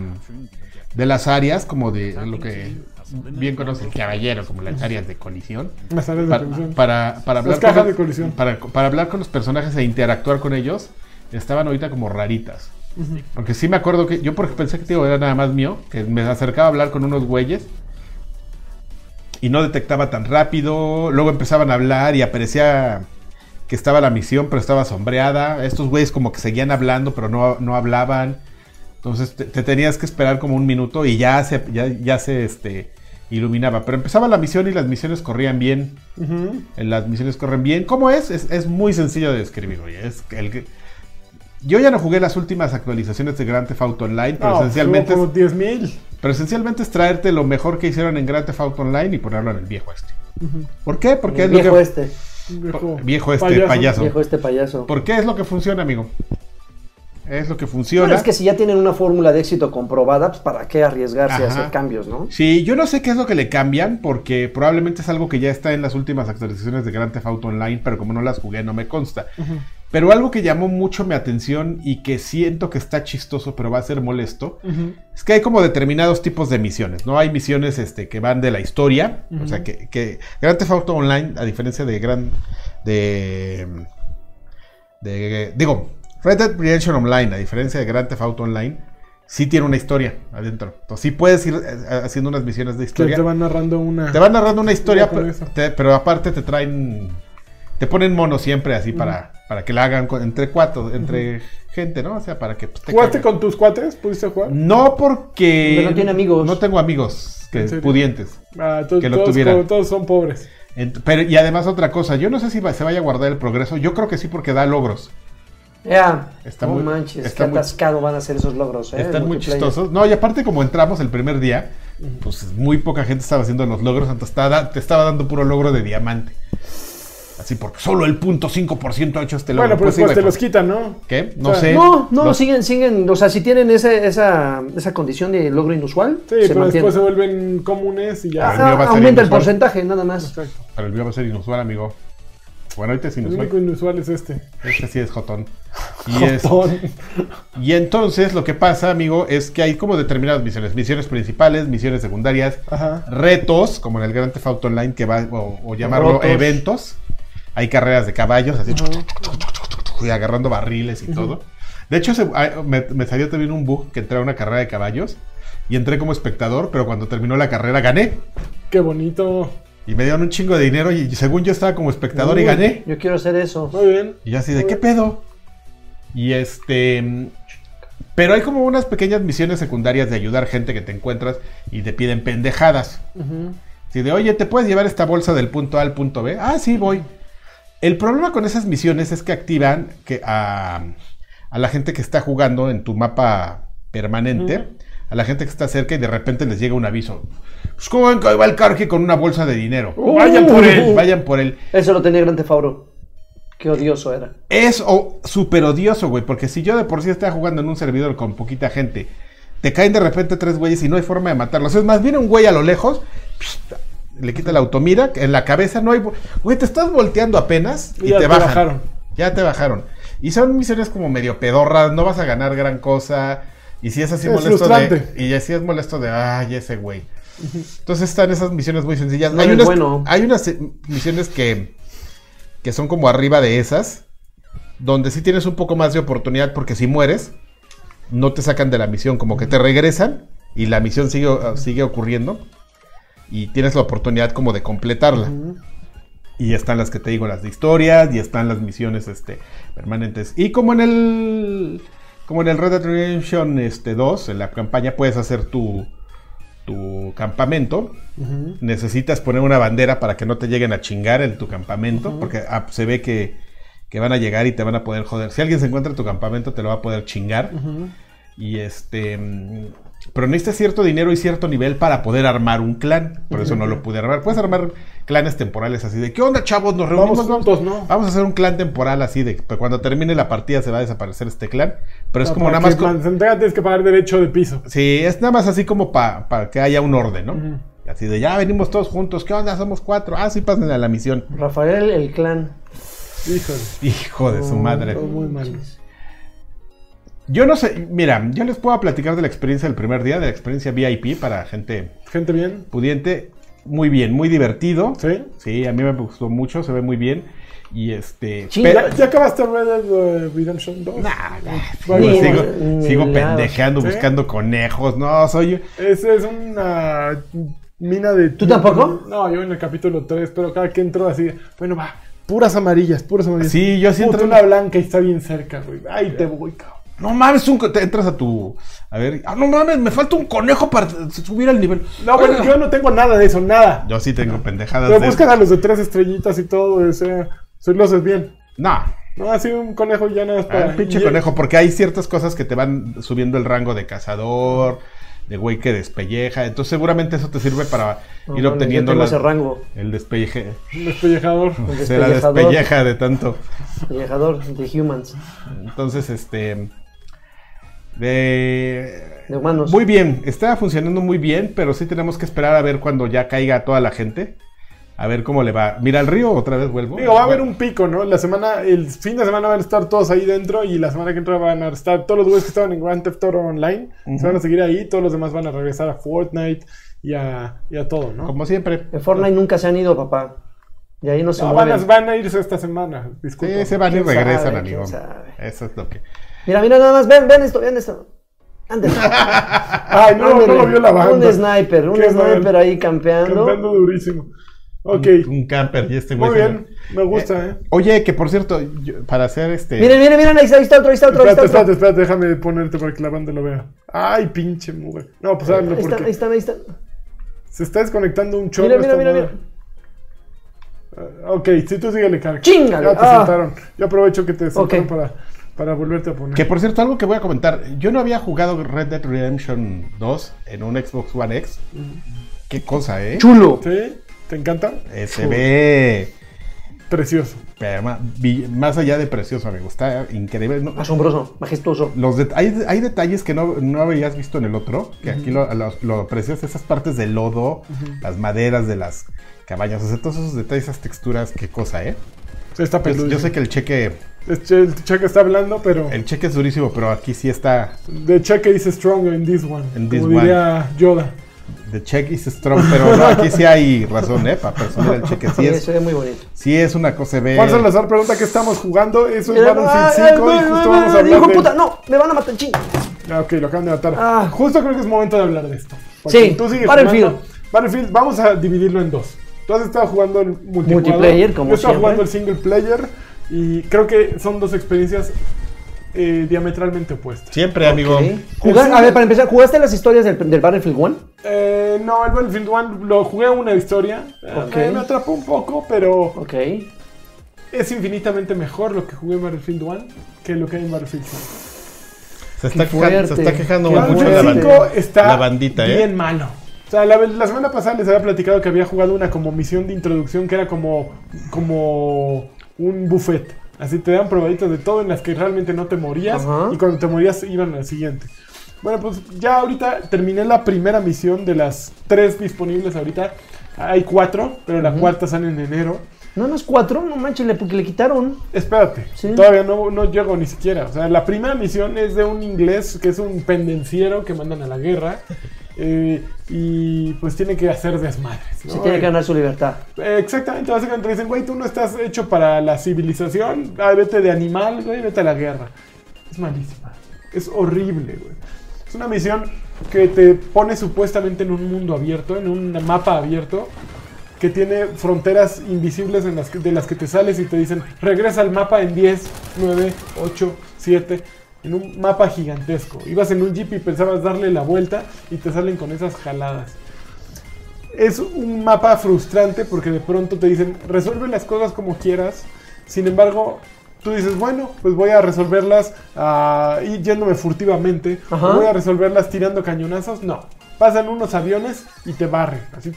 S3: de las áreas, como de lo que bien conoce el caballero, como las áreas de colisión.
S1: Las áreas de
S3: Para,
S1: colisión.
S3: para, para hablar
S1: Las cajas
S3: con,
S1: de colisión.
S3: Para, para hablar con los personajes e interactuar con ellos, estaban ahorita como raritas. Porque sí me acuerdo que yo porque pensé que tío, era nada más mío, que me acercaba a hablar con unos güeyes y no detectaba tan rápido, luego empezaban a hablar y aparecía que estaba la misión, pero estaba sombreada, estos güeyes como que seguían hablando, pero no, no hablaban, entonces te, te tenías que esperar como un minuto y ya se, ya, ya se este, iluminaba, pero empezaba la misión y las misiones corrían bien,
S1: Ujú.
S3: las misiones corren bien. ¿Cómo es? Es, es muy sencillo de describir, oye. Es que el que- Yo ya no jugué las últimas actualizaciones de Grand Theft Auto Online, pero,
S1: No,
S2: pues,
S3: esencialmente,
S1: hubo como
S3: es,
S1: 10.000.
S3: pero esencialmente es traerte lo mejor que hicieron en Grand Theft Auto Online y ponerlo en el viejo este. ¿Por qué? Porque
S2: El
S3: es lo
S2: viejo
S3: que-
S2: este.
S1: Viejo,
S3: viejo este, payaso.
S2: Viejo este payaso.
S3: ¿Por qué es lo que funciona, amigo? Es lo que
S2: Bueno,
S3: funciona.
S2: es que si ya tienen una fórmula de éxito comprobada, pues para qué arriesgarse
S3: Ajá.
S2: a hacer cambios, ¿no?
S3: Sí, yo no sé qué es lo que le cambian, porque probablemente es algo que ya está en las últimas actualizaciones de Grand Theft Auto Online, pero como no las jugué, no me consta. Pero algo que llamó mucho mi atención y que siento que está chistoso, pero va a ser molesto,
S1: Ujú.
S3: es que hay como determinados tipos de misiones, ¿no? Hay misiones este, que van de la historia, o sea, que, que Grand Theft Auto Online, a diferencia de Gran... de... de- digo, Red Dead Redemption Online, a diferencia de Grand Theft Auto Online, sí tiene una historia adentro. Entonces, sí puedes ir eh, haciendo unas misiones de
S1: Que
S3: historia.
S1: te van narrando una.
S3: Te van narrando una historia,
S1: Cuidado con
S3: pe-
S1: eso.
S3: te- pero aparte te traen. Te ponen mono siempre así para, para que la hagan con- entre cuatro, entre gente, ¿no? O sea, para que. pues, te
S1: ¿Jugaste
S3: caiga.
S1: con tus cuates? ¿Pudiste jugar?
S3: No porque.
S2: Porque no tiene amigos.
S3: No tengo amigos que
S1: ¿En serio?
S3: pudientes.
S1: Ah, to-
S3: Que lo
S1: todos,
S3: tuviera.
S1: co- todos son pobres.
S3: Ent- pero, y además, otra cosa, yo no sé si va- se vaya a guardar el progreso. Yo creo que sí, porque da logros.
S2: Ya.
S3: Está
S2: no
S3: muy-
S2: manches,
S3: está
S2: qué
S3: muy-
S2: atascado van a ser esos logros, ¿eh?
S3: Están muy
S2: Multiplayer.
S3: chistosos. No, y aparte como entramos el primer día, pues muy poca gente estaba haciendo los logros, entonces estaba da- te estaba dando puro logro de diamante. Así porque solo el punto 5% ha hecho este logro.
S1: Bueno, pero
S3: Pues sí,
S1: después te
S3: güey,
S1: los quitan, ¿no?
S3: ¿Qué? No
S1: o sea,
S3: sé.
S2: No, no,
S3: Los-
S2: siguen, siguen. O sea, si tienen ese- esa, esa condición de logro inusual,
S1: Sí,
S2: se
S1: pero
S2: mantiene.
S1: después se vuelven comunes y
S2: Ah,
S1: ya.
S3: Ah, mío va a ser
S2: aumenta el
S3: inusual.
S2: porcentaje, nada más.
S1: Exacto.
S3: Pero el mío va a ser inusual, amigo. Bueno, ahorita es
S1: El único
S3: inusual.
S1: inusual es este.
S3: Este sí es jotón. Y, es-
S1: Jotón.
S3: y entonces lo que pasa, amigo, es que hay como determinadas misiones. Misiones principales, misiones secundarias,
S1: Ajá.
S3: retos, como en el Grand Theft Auto Online, que va, o, o llamarlo
S2: Rotos.
S3: eventos. Hay carreras de caballos, así, y agarrando barriles y todo. De hecho, se- ah, me, me salió también un bug que entré a una carrera de caballos y entré como espectador, pero cuando terminó la carrera gané.
S1: Qué bonito.
S3: Y me dieron un chingo de dinero y según yo estaba como espectador y
S1: Uy.
S3: gané.
S2: Yo quiero hacer eso.
S1: Muy bien.
S3: Y yo así de, ¿qué pedo? Y este... mm, Pero hay como unas pequeñas misiones secundarias de ayudar gente que te encuentras y te piden pendejadas.
S1: Ujú.
S3: Si de, oye, ¿te puedes llevar esta bolsa del punto A al punto B? Ah, sí, voy. El problema con esas misiones es que activan que a, a la gente que está jugando en tu mapa permanente, a la gente que está cerca y de repente les llega un aviso. Pues, ¿cómo ven que hoy va el carje con una bolsa de dinero?
S2: Uh.
S3: Vayan por él, vayan por él.
S2: Eso lo tenía Gran Tefauro. Qué odioso era.
S3: Es o- súper odioso, güey, porque si yo de por sí estaba jugando en un servidor con poquita gente, te caen de repente tres güeyes y no hay forma de matarlos. Es más, viene un güey a lo lejos, le quita la automira, en la cabeza no hay... vo- Güey, te estás volteando apenas y
S1: Ya
S3: te
S1: te
S3: bajan.
S1: bajaron.
S3: Ya te bajaron. Y son misiones como medio pedorras, no vas a ganar gran cosa. Y si es así
S1: Es
S3: molesto
S1: frustrante.
S3: de... Y así es molesto de... Ay, ese güey. Entonces están esas misiones muy sencillas.
S2: No
S3: hay,
S2: eres
S3: unas,
S2: bueno.
S3: hay unas eh, misiones que, que son como arriba de esas, donde sí tienes un poco más de oportunidad porque si mueres, no te sacan de la misión, como que te regresan y la misión sigue, uh, sigue ocurriendo y tienes la oportunidad como de completarla. Y están las que te digo, las de historias, y están las misiones este, permanentes. Y como en el. Como en el Red Dead Redemption este, 2, en la campaña puedes hacer tu, tu campamento. Necesitas poner una bandera para que no te lleguen a chingar en tu campamento. Porque ah, se ve que, que van a llegar y te van a poder joder. Si alguien se encuentra en tu campamento, te lo va a poder chingar. Y este. mm, Pero necesitas cierto dinero y cierto nivel para poder armar un clan. Por eso no lo pude armar. Puedes armar clanes temporales así de: ¿Qué onda, chavos? Nos reunimos.
S1: Vamos juntos, ¿no?
S3: Vamos a hacer un clan temporal así de que cuando termine la partida se va a desaparecer este clan. Pero es
S1: No,
S3: como
S1: para
S3: nada más.
S1: que
S3: co-
S1: Manzantea tienes que pagar derecho de piso.
S3: Sí, es nada más así como para que haya un orden, ¿no?
S1: Ujú.
S3: Así de ya venimos todos juntos, ¿qué onda? Somos cuatro. Ah, sí, pasen a la misión.
S2: Rafael, el clan.
S1: Híjole.
S3: Hijo de su madre.
S1: Oh, no, muy mal.
S2: Manches.
S3: Yo no sé, mira, yo les puedo platicar de la experiencia del primer día, de la experiencia VIP para gente
S1: Gente bien.
S3: pudiente. Muy bien, muy divertido.
S1: Sí.
S3: Sí, a mí me gustó mucho, se ve muy bien. Y este.
S2: Sí,
S3: pero-
S1: ¿Ya, ya acabaste Red Dead eh, Redemption 2?
S3: Nah, nah,
S1: Bueno,
S3: sigo-
S2: ni-
S3: sigo,
S2: ni
S3: sigo
S2: lado.
S3: pendejeando,
S1: ¿Sí?
S3: buscando conejos. No, soy.
S1: Es, es una mina de...
S2: ¿Tú tampoco?
S1: No, yo en el capítulo 3, pero cada que entro así, bueno, va, puras amarillas, puras amarillas.
S3: Sí, yo sí
S1: Puta,
S3: entré-
S1: una blanca y está bien cerca, güey. Ay, te voy, cabrón.
S3: No mames, un, co- te entras a tu. A ver, ah, no mames, me falta un conejo para subir al nivel.
S1: No, bueno, yo no tengo nada de eso, nada.
S3: Yo sí tengo pendejadas.
S1: Pero
S3: de-
S1: buscas a los de tres estrellitas y todo, güey, o sea, si lo haces bien.
S3: No,
S1: No, así un conejo ya nada más
S3: Ah,
S1: para...
S3: el pinche
S1: y-
S3: conejo, porque hay ciertas cosas que te van subiendo el rango de cazador, de güey que despelleja. Entonces, seguramente eso te sirve para
S2: No,
S3: ir
S2: bueno,
S3: obteniendo
S2: yo tengo
S3: la-
S2: ese rango.
S3: el despelleje.
S1: Un despellejador.
S3: Se la
S2: despellejador.
S3: despelleja de tanto.
S2: Viajador de humans.
S3: Entonces, este. De.
S2: De humanos.
S3: Muy bien, está funcionando muy bien, pero sí tenemos que esperar a ver cuando ya caiga toda la gente. A ver cómo le va. Mira el río, otra vez vuelvo.
S1: Digo, va a haber un pico, ¿no? La semana, el fin de semana van a estar todos ahí dentro y la semana que entra van a estar todos los güeyes que estaban en Grand Theft Auto Online, se van a seguir ahí, todos los demás van a regresar a Fortnite y a, y a todo, ¿no?
S3: Como siempre.
S2: En Fortnite nunca se han ido, papá. De ahí no se
S1: No, van, a,
S2: mueven.
S1: van a irse esta semana, disculpa.
S3: Sí, se van y
S2: ¿Quién
S3: regresan,
S2: sabe?
S3: amigo.
S2: ¿Quién sabe?
S3: Eso es lo que.
S2: Mira, mira nada más. Ven, ven esto, ven esto.
S1: (laughs)
S2: Antes.
S1: Ay, no, no lo vio la banda.
S2: Un sniper, un
S1: Qué
S2: sniper
S1: mal.
S2: ahí campeando.
S1: Cantando durísimo. Ok,
S3: Un camper y este güey.
S1: muy
S3: se-
S1: bien, me gusta, ¿eh?
S3: Oye, que por cierto, yo- para hacer este.
S2: Miren, miren, miren, ahí está, ahí está otro, ahí está otro, ahí
S1: Espérate,
S2: está
S1: espérate,
S2: otro.
S1: espérate, déjame ponerte para que la banda lo vea. Ay, pinche mugre. No, pues hazlo
S2: Ahí está, ahí
S1: porque
S2: está, ahí está.
S1: se está desconectando un chorro.
S2: Mira, mira,
S1: esta
S2: mira,
S1: madre.
S2: mira.
S1: Ok, si tú síguele, Carl.
S2: Chíngale,
S1: Ya te
S2: ah.
S1: sentaron. Yo aprovecho que te sentaron
S2: Ok.
S1: para, Para volverte a poner.
S3: Que por cierto, algo que voy a comentar. Yo no había jugado Red Dead Redemption 2 en un Xbox One X. Qué cosa, ¿eh?
S2: Chulo.
S1: ¿Sí? ¿Te encanta?
S3: Eh, se ve.
S1: Precioso.
S3: pero ma- vi- Más allá de precioso, amigo. Está increíble. No,
S2: Asombroso, majestuoso.
S3: los det- hay, hay detalles que no, no habías visto en el otro, que aquí lo, lo- lo aprecias, esas partes del lodo, las maderas de las cabañas, o sea, todos esos detalles, esas texturas, qué cosa, ¿eh?
S1: Sí, está
S3: Yo,
S1: peludo.
S3: yo sé que el cheque,
S1: Es che- El cheque está hablando, pero.
S3: el cheque es durísimo, pero aquí sí está,
S1: The cheque is stronger in this one.
S3: In this
S1: como
S3: one.
S1: diría Yoda.
S3: the check is strong, pero no, aquí sí hay razón, ¿eh? Para presumir el cheque, sí
S2: Sí,
S3: es,
S2: se ve muy bonito.
S3: sí es una cosa, se ve...
S1: Juan Salazar pregunta qué estamos jugando. Eso es
S2: Era-
S1: Battlefield
S2: ay,
S1: 5
S2: ay,
S1: y justo
S2: ay,
S1: vamos a
S2: ay,
S1: hablar
S2: hijo
S1: de...
S2: puta, no, me van a matar ching.
S1: Ah, ok, lo acaban de matar.
S2: Ah.
S1: Justo creo que es momento de hablar de esto. Joaquín,
S2: Battlefield.
S1: jugando- Battlefield, vamos a dividirlo en dos. Tú has estado jugando el multijugador.
S2: Multiplayer, como
S1: Yo estaba
S2: siempre.
S1: jugando el single player y creo que son dos experiencias eh, diametralmente opuestas.
S3: Siempre, amigo.
S2: Jugar, a ver, para empezar, ¿jugaste las historias del, del Battlefield 1?
S1: Eh, no, el Battlefield 1 lo jugué una historia. eh,
S2: Ok.
S1: me- me atrapó un poco, pero
S2: Ok.
S1: es infinitamente mejor lo que jugué en Battlefield 1 que lo que hay en Battlefield 5.
S3: Se está,
S2: Qué
S3: quejando, se
S2: fuerte.
S3: está quejando
S2: Qué
S3: mucho
S2: fuerte.
S3: la
S1: Battlefield 5
S3: bandita.
S2: bandi-
S1: está
S3: la bandita, ¿eh?
S1: bien malo. O sea, la, la semana pasada les había platicado que había jugado una como misión de introducción que era como, como un buffet. Así te dan probaditas de todo en las que realmente no te morías
S2: Ajá.
S1: y cuando te morías iban al siguiente. Bueno, pues ya ahorita terminé la primera misión de las tres disponibles ahorita. Hay cuatro, pero la cuarta sale en enero.
S2: No, no es 4, no manches, le, porque le quitaron.
S1: Espérate,
S2: Sí.
S1: todavía no, no llego ni siquiera. O sea, la primera misión es de un inglés que es un pendenciero que mandan a la guerra. (laughs) eh, y pues tiene que hacer desmadres. ¿no?
S2: Se tiene que ganar su libertad.
S1: Eh, Exactamente, básicamente dicen, güey, tú no estás hecho para la civilización. ah, vete de animal, güey, vete a la guerra. Es malísima. Es horrible, güey. Es una misión que te pone supuestamente en un mundo abierto, en un mapa abierto, que tiene fronteras invisibles en las que- de las que te sales y te dicen, regresa al mapa en 10, 9, 8, 7, en un mapa gigantesco. Ibas en un jeep y pensabas darle la vuelta y te salen con esas jaladas. Es un mapa frustrante porque de pronto te dicen, resuelve las cosas como quieras. Sin embargo, tú dices, bueno, pues voy a resolverlas ah, y yéndome furtivamente. o
S2: Ajá.
S1: voy a resolverlas tirando cañonazos. No. Pasan unos aviones y te barren. Así,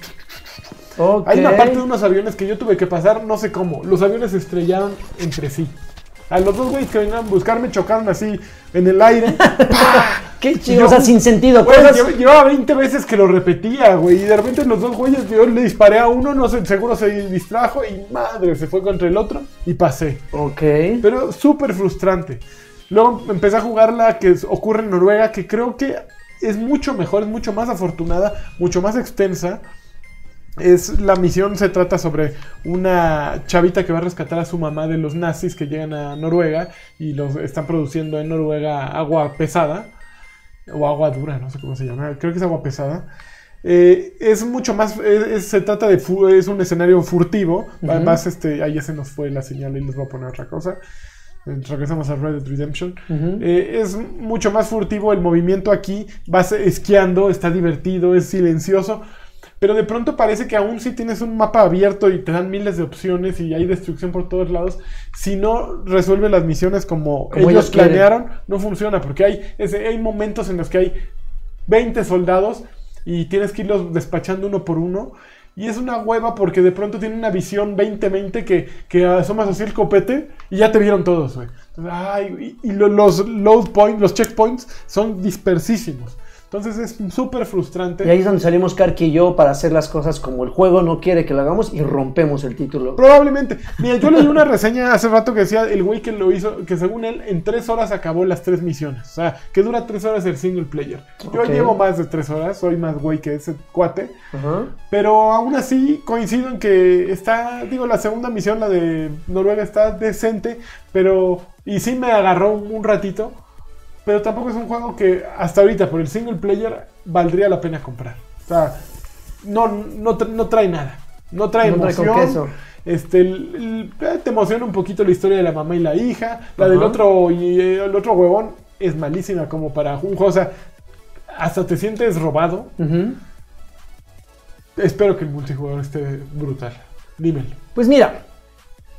S2: Ok.
S1: hay una parte de unos aviones que yo tuve que pasar, no sé cómo. Los aviones se estrellaron entre sí. A los dos güeyes que venían a buscarme chocaron así en el aire.
S2: Qué chido, o sea, sin sentido.
S1: Güey,
S2: cosas-
S1: lle- llevaba 20 veces que lo repetía, güey. Y de repente los dos güeyes, yo le disparé a uno, no sé, seguro se distrajo y madre, se fue contra el otro y pasé.
S2: Ok.
S1: Pero súper frustrante. Luego empecé a jugar la que es- ocurre en Noruega, que creo que es mucho mejor, es mucho más afortunada, mucho más extensa. Es, la misión se trata sobre una chavita que va a rescatar a su mamá de los nazis que llegan a Noruega y los están produciendo en Noruega agua pesada o agua dura, no sé cómo se llama, creo que es agua pesada. Eh, es mucho más, es- es- se trata de, fu- es un escenario furtivo, además este, ahí ya se nos fue la señal y les voy a poner otra cosa. Eh, Regresamos a Red Dead Redemption. Eh, es mucho más furtivo el movimiento aquí. Vas esquiando, está divertido, es silencioso. Pero de pronto parece que aún si tienes un mapa abierto y te dan miles de opciones y hay destrucción por todos lados, si no resuelve las misiones como,
S2: Como
S1: ellos
S2: ellos quieren.
S1: planearon, no funciona. Porque hay, ese- hay momentos en los que hay 20 soldados y tienes que irlos despachando uno por uno. Y es una hueva porque de pronto tiene una visión 2020 que, que asomas así el copete y ya te vieron todos, güey. Entonces, ay, y, y lo- los load points, los checkpoints son dispersísimos. Entonces es súper frustrante.
S2: Y ahí es donde salimos Karki y yo para hacer las cosas como el juego no quiere que lo hagamos y rompemos el título.
S1: Probablemente. Mira, yo leí una reseña hace rato que decía el güey que lo hizo, que según él, en tres horas acabó las tres misiones. O sea, que dura tres horas el single player. Yo
S2: Ok.
S1: llevo más de tres horas, soy más güey que ese cuate.
S2: Ajá.
S1: Pero aún así coincido en que está, digo, la segunda misión, la de Noruega, está decente, pero... Y sí me agarró un, un ratito, pero tampoco es un juego que hasta ahorita por el single player valdría la pena comprar. O sea, no, no, tra- no trae nada. No trae
S2: No trae con
S1: emoción.
S2: queso.
S1: Este, el- el- eh, te emociona un poquito la historia de la mamá y la hija. La del
S2: Ajá.
S1: otro y eh, el otro huevón es malísima como para un juego. O sea, hasta te sientes robado.
S2: Ujú.
S1: Espero que el multijugador esté brutal. Dímelo.
S2: Pues mira,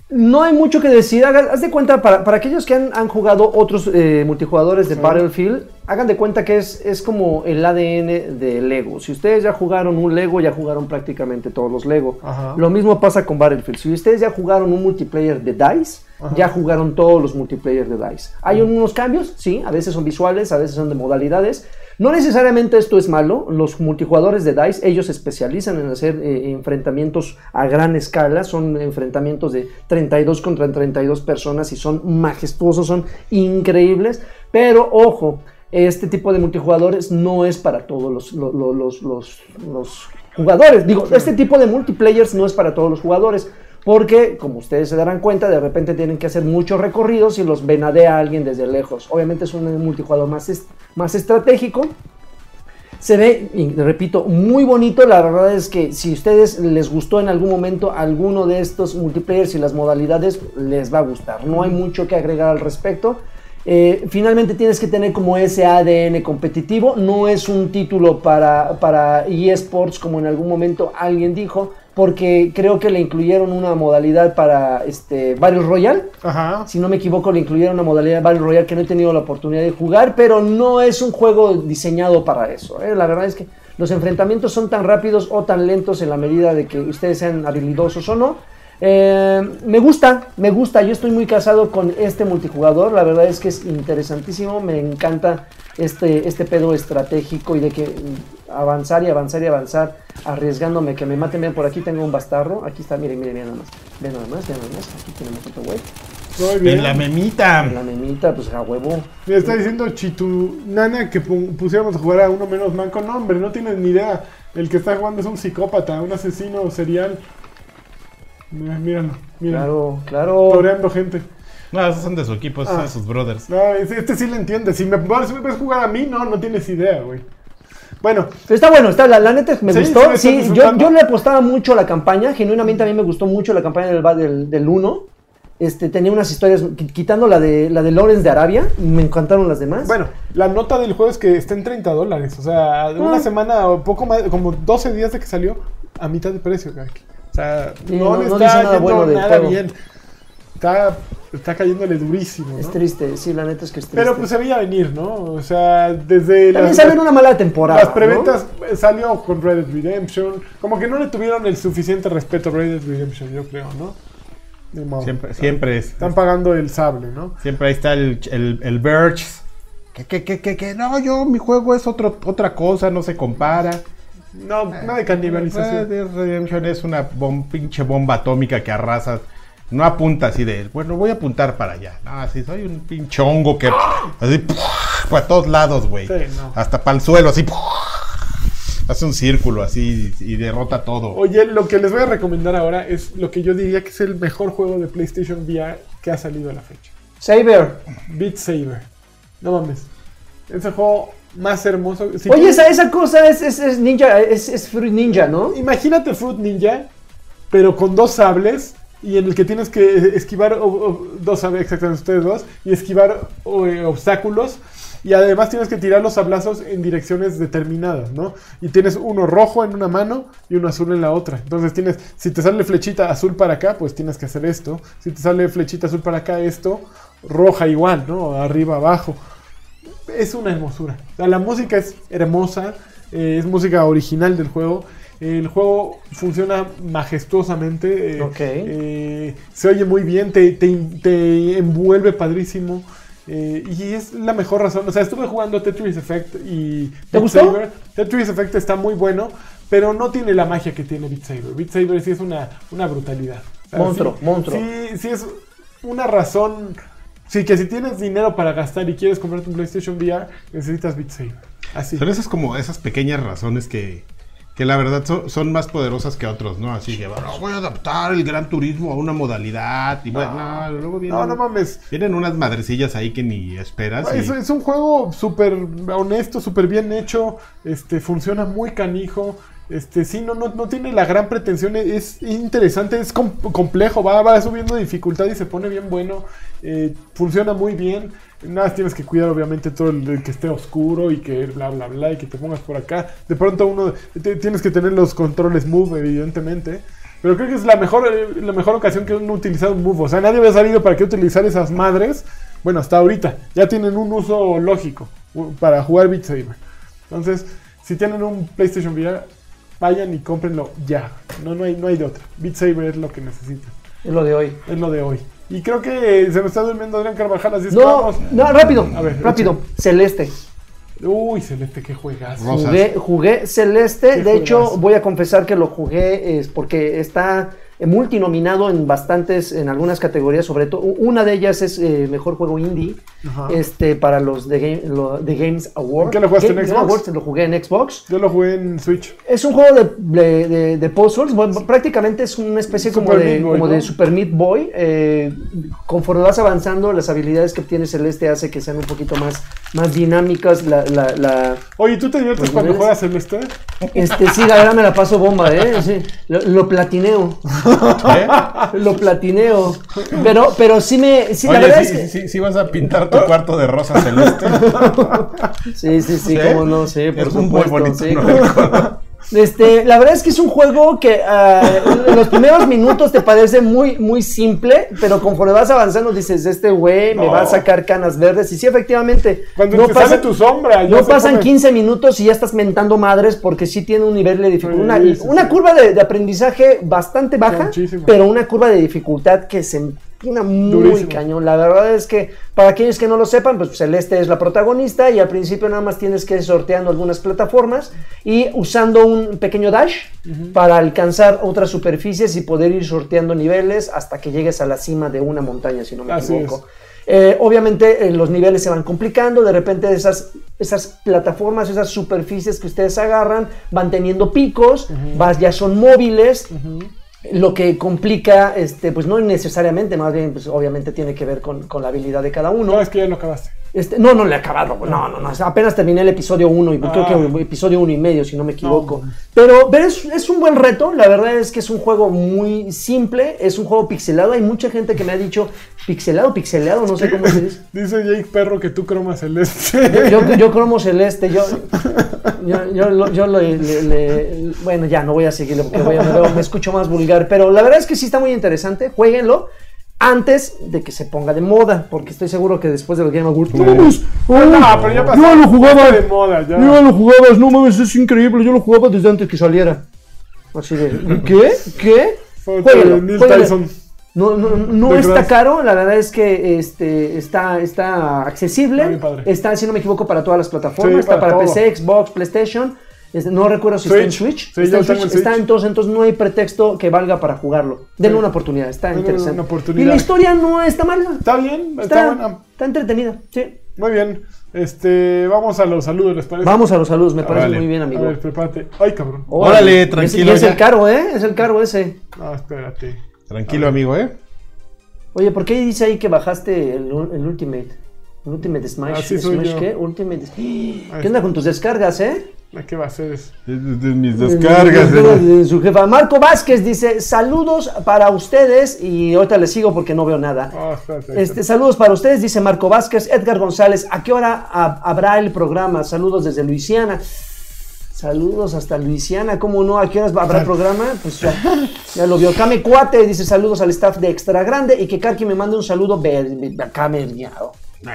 S2: no hay mucho que decir. Hagan- haz de cuenta, para, para aquellos que han, han jugado otros eh, multijugadores de Battlefield, hagan de cuenta que es, es como el ADN de Lego. Si ustedes ya jugaron un Lego, ya jugaron prácticamente todos los Lego.
S1: Ajá.
S2: Lo mismo pasa con Battlefield. Si ustedes ya jugaron un multiplayer de DICE, ya jugaron todos los multiplayer de DICE. Hay unos cambios, sí, a veces son visuales, a veces son de modalidades. No necesariamente esto es malo. Los multijugadores de DICE, ellos se especializan en hacer eh, enfrentamientos a gran escala. Son enfrentamientos de 32 contra 32 personas y son majestuosos, son increíbles. Pero ojo, este tipo de multijugadores no es para todos los, lo- lo- los- los- los jugadores. Digo, este tipo de multiplayers no es para todos los jugadores. Porque, como ustedes se darán cuenta, de repente tienen que hacer muchos recorridos y los venadea alguien desde lejos. Obviamente es un multijugador más, est- más estratégico. Se ve, y repito, muy bonito. La verdad es que si ustedes les gustó en algún momento alguno de estos multiplayers y las modalidades, les va a gustar. No hay mucho que agregar al respecto. Eh, finalmente tienes que tener como ese ADN competitivo. No es un título para, para eSports como en algún momento alguien dijo, porque creo que le incluyeron una modalidad para este, Battle Royale.
S1: Ajá.
S2: Si no me equivoco, le incluyeron una modalidad de Battle Royale que no he tenido la oportunidad de jugar, pero no es un juego diseñado para eso. ¿eh? La verdad es que los enfrentamientos son tan rápidos o tan lentos en la medida de que ustedes sean habilidosos o no. Eh, me gusta, me gusta. Yo estoy muy casado con este multijugador. La verdad es que es interesantísimo. Me encanta este, este pedo estratégico y de que mm, avanzar y avanzar y avanzar, arriesgándome que me maten. Vean, por aquí tengo un bastardo. Aquí está, miren, miren, miren nada más. Vean nada más, vean nada más. Aquí tenemos otro güey.
S1: Muy bien.
S3: En la memita.
S2: La memita, pues a huevo.
S1: Me está diciendo Chitu Nana que pu- pusiéramos a jugar a uno menos manco. No, hombre, no tienes ni idea. El que está jugando es un psicópata, un asesino serial. Mira, míralo, míralo.
S2: Claro, claro.
S1: Toreando gente.
S3: No, esos son de su equipo, esos
S1: Ah.
S3: son de sus brothers.
S1: No, es- este sí le entiende. Si me vas si me ves jugar a mí, no, no tienes idea, güey. Bueno,
S2: Está bueno, está, la, la neta me
S1: Sí, sí,
S2: gustó.
S1: me
S2: Sí,
S1: está
S2: yo,
S1: disfrutando.
S2: yo le apostaba mucho a la campaña. Genuinamente a mí me gustó mucho la campaña del ba- del, del 1. Este, tenía unas historias, qui- quitando la de, la de Lawrence de Arabia, me encantaron las demás.
S1: bueno, la nota del juego es que está en 30 dólares. O sea, de una
S2: Ah.
S1: semana o poco más, como 12 días de que salió, a mitad de precio, güey. O sea,
S2: Sí,
S1: no,
S2: no-
S1: le
S2: no dice
S1: está
S2: nada
S1: yendo
S2: bueno del
S1: nada
S2: juego.
S1: bien. Está, está cayéndole durísimo. ¿no?
S2: es triste, sí, la neta es que es triste.
S1: Pero pues se veía venir, ¿no? O sea, desde
S2: También
S1: las,
S2: salió en una mala temporada.
S1: las
S2: ¿no?
S1: preventas eh, salió con Red Dead Redemption. Como que no le tuvieron el suficiente respeto a Red Dead Redemption, yo creo, ¿no? Ni modo.
S3: Siempre, siempre es.
S1: Están pagando el sable, ¿no?
S3: Siempre ahí está el, el, el Birch. Que, que, que, que, que, no, yo, mi juego es otro, otra cosa, no se compara.
S1: No,
S2: Ah,
S1: nada de
S3: Red
S1: canibalización.
S3: Dead Redemption es una bom- pinche bomba atómica que arrasa. No apunta así de, bueno, voy a apuntar para allá. No, así soy un pinche hongo que así para todos lados, güey.
S1: Sí, no.
S3: Hasta para el suelo, así. Hace un círculo así y derrota todo.
S1: Oye, lo que les voy a recomendar ahora es lo que yo diría que es el mejor juego de PlayStation VR que ha salido a la fecha.
S2: Saber.
S1: Beat Saber. No mames. Es el juego más hermoso. Si
S2: Oye,
S1: tienes-
S2: esa, esa cosa es, es, es ninja, es, es Fruit Ninja, ¿no?
S1: Imagínate Fruit Ninja, pero con dos sables y en el que tienes que esquivar o- o- dos sables, exactamente ustedes dos, y esquivar o, eh, obstáculos. Y además tienes que tirar los sablazos en direcciones determinadas, ¿no? Y tienes uno rojo en una mano y uno azul en la otra. Entonces tienes, si te sale flechita azul para acá, pues tienes que hacer esto. Si te sale flechita azul para acá, esto. Roja igual, ¿no? Arriba, abajo es una hermosura. O sea, la música es hermosa, eh, es música original del juego. El juego funciona majestuosamente. eh,
S2: Ok.
S1: eh, se oye muy bien, te, te- te envuelve padrísimo. eh, y es la mejor razón. O sea, estuve jugando Tetris Effect y.
S2: ¿Te
S1: Beat
S2: gustó?
S1: Saber. Tetris Effect está muy bueno, pero no tiene la magia que tiene Beat Saber. Beat Saber sí es una, una brutalidad. O sea,
S2: Monstruo,
S1: sí-
S2: monstruo.
S1: Sí, sí es una razón. Sí, que si tienes dinero para gastar y quieres comprarte un PlayStation VR, necesitas Beat Saber. Así.
S3: Son esas como esas pequeñas razones que, que la verdad son, son más poderosas que otros, ¿no? Así que "No, voy a adaptar el gran turismo a una modalidad y bueno, no, luego vienen,
S1: No, no mames.
S3: vienen unas madrecillas ahí que ni esperas. y-
S1: Es, es un juego súper honesto, súper bien hecho. Este, funciona muy canijo. Este, sí, no, no, no tiene la gran pretensión. Es interesante, es com- complejo. Va, va subiendo dificultad y se pone bien bueno. eh, funciona muy bien. Nada, más tienes que cuidar, obviamente, todo el, el que esté oscuro y que bla, bla, bla. Y que te pongas por acá. De pronto, uno te- tienes que tener los controles move, evidentemente. Pero creo que es la mejor, eh, la mejor ocasión que han utilizado un bufo. O sea, nadie había salido para qué utilizar esas madres. Bueno, hasta ahorita. Ya tienen un uso lógico u- para jugar Beat Saber. Entonces, si tienen un PlayStation VR, vayan y cómprenlo ya. No, no, hay, no hay de otra. Beat Saber es lo que necesitan.
S2: Es lo de hoy.
S1: Es lo de hoy. Y creo que se me está durmiendo Adrián Carvajal, así es que
S2: No,
S1: vamos.
S2: no, rápido,
S1: A ver,
S2: rápido. Celeste.
S1: Uy, Celeste, qué juegas.
S3: Ro- Rosas.
S2: Jugué, jugué Celeste.
S1: Qué
S2: De hecho,
S1: juegazo.
S2: voy a confesar que lo jugué es porque está eh, multinominado en bastantes, en algunas categorías, sobre todo. Una de ellas es eh, mejor juego indie. Este, para los de, Game- lo- de Games Awards.
S1: ¿Qué lo jugaste en
S2: Game
S1: Xbox?
S2: Awards, lo jugué en Xbox.
S1: Yo lo jugué en Switch.
S2: Es un juego de, de, de- de puzzles, bueno, prácticamente es una especie como,
S1: Super
S2: de,
S1: Meat Boy,
S2: como
S1: ¿no?
S2: de Super Meat Boy. eh, conforme vas avanzando, las habilidades que obtiene Celeste hace que sean un poquito más, más dinámicas. La, la, la-
S1: Oye, ¿tú te diviertes
S2: Pues,
S1: cuando
S2: ¿ves?
S1: juegas Celeste?
S2: este, sí, la verdad me la paso bomba, ¿eh? Sí, lo, lo platineo,
S3: ¿Eh?
S2: lo platineo. Pero, pero sí me... Sí, la
S3: Oye,
S2: verdad
S3: sí,
S2: es que... Oh.
S3: sí, sí vas a pintar tu cuarto de rosa
S2: (laughs)
S3: celeste.
S2: Sí, sí, sí,
S3: ¿Sí?
S2: cómo no, sí, por
S3: es un muy
S2: supuesto.
S3: bonito
S2: sí,
S3: nombre.
S2: Este, la verdad es que es un juego que ah, en los primeros minutos te parece muy, muy simple, pero conforme vas avanzando dices, este güey me va a sacar canas verdes. Y sí, efectivamente.
S1: Cuando te sale tu sombra. ya
S2: No
S1: se
S2: pasan
S1: come.
S2: 15 minutos y ya estás mentando madres porque sí tiene un nivel de dificultad. Una,
S1: Sí, sí, sí.
S2: una curva de, de aprendizaje bastante baja,
S1: Muchísimo.
S2: pero una curva de dificultad que se empina muy
S1: Durísimo.
S2: cañón. La verdad es que, para aquellos que no lo sepan, pues Celeste es la protagonista y al principio nada más tienes que ir sorteando algunas plataformas y usando un pequeño dash para alcanzar otras superficies y poder ir sorteando niveles hasta que llegues a la cima de una montaña, si no me
S1: Así
S2: equivoco. Eh, obviamente eh, los niveles se van complicando, de repente esas, esas plataformas, esas superficies que ustedes agarran van teniendo picos, vas, ya son móviles, lo que complica, este, pues no necesariamente, más bien, pues obviamente tiene que ver con, con la habilidad de cada uno.
S1: No, es que ya lo acabaste.
S2: Este, no, no le he acabado. güey. No, no, no. Apenas terminé el episodio 1 y creo
S1: Ah.
S2: que episodio 1 y medio, si no me equivoco. Pero, pero es, es un buen reto. La verdad es que es un juego muy simple. Es un juego pixelado. Hay mucha gente que me ha dicho pixelado, pixelado, no sé cómo se dice.
S1: (laughs) Dice Jake Perro que tú cromas este. Celeste.
S2: Yo, yo cromo celeste, yo, yo, yo, lo- yo lo- le- le- bueno, ya no voy a seguirlo porque voy a- me, veo- me escucho más vulgar, pero la verdad es que sí está muy interesante, jueguenlo antes de que se ponga de moda, porque estoy seguro que después de los Game Awards, no mames,
S1: Ah,
S2: ay,
S1: no, pero ya pasó.
S2: yo lo jugaba,
S1: de moda, ya.
S2: yo lo jugaba, no mames, es increíble, yo lo jugaba desde antes que saliera. Así de, ¿qué? ¿Qué?
S1: Fue
S2: Jueguenlo,
S1: Neil
S2: jueguenlo.
S1: Tyson.
S2: No, no, no
S1: De
S2: está
S1: Grass.
S2: caro, la verdad es que este, está, está accesible.
S1: Está Ah, bien padre.
S2: Está, si no me equivoco, para todas las plataformas.
S1: Sí,
S2: está para,
S1: para todo.
S2: PC, Xbox, PlayStation. Este, no recuerdo si está en
S1: Switch.
S2: Switch.
S1: Sí,
S2: está
S1: yo
S2: en
S1: tengo
S2: Switch.
S1: el
S2: Está
S1: Switch.
S2: en todos, entonces no hay pretexto que valga para jugarlo. Denle
S1: Sí.
S2: una oportunidad, está
S1: Denle
S2: interesante.
S1: una oportunidad.
S2: Y la historia no está mala.
S1: (laughs) Está bien, está, buena.
S2: está entretenida, sí.
S1: Muy bien. Este, vamos a los saludos, ¿les parece?
S2: Vamos a los saludos, me parece
S3: Órale.
S2: muy bien,
S1: Ah, A
S2: amigo.
S1: ver, prepárate. Ay, cabrón.
S3: Órale,
S2: Es-
S3: tranquilo,
S2: Es, el
S3: ya.
S2: caro, ¿eh? Es el caro ese.
S1: No, espérate.
S3: Tranquilo, amigo, ¿eh?
S2: Oye, ¿por qué dice ahí que bajaste el, ul- el Ultimate? El Ultimate Smash.
S1: Así soy
S2: Smash
S1: yo.
S2: ¿Qué? Ultimate. ¿Qué
S3: Ah,
S1: está.
S2: onda con tus descargas, eh?
S1: ¿A ¿Qué va a hacer eso?
S3: Es de mis descargas. ¿eh?
S2: De su jefa. Marco Vázquez dice: Saludos para ustedes. Y ahorita les sigo porque no veo nada.
S1: Ah, espérate. ahí
S2: Este, saludos para ustedes, dice Marco Vázquez. Edgar González, ¿a qué hora ha- habrá el programa? Saludos desde Luisiana. Saludos hasta Luisiana, ¿cómo no? ¿A qué horas habrá el programa? Pues ya, ya lo vio. Kame Cuate dice saludos al staff de Extra Grande y que Karki me mande un saludo. ver- ver- Kame, miau.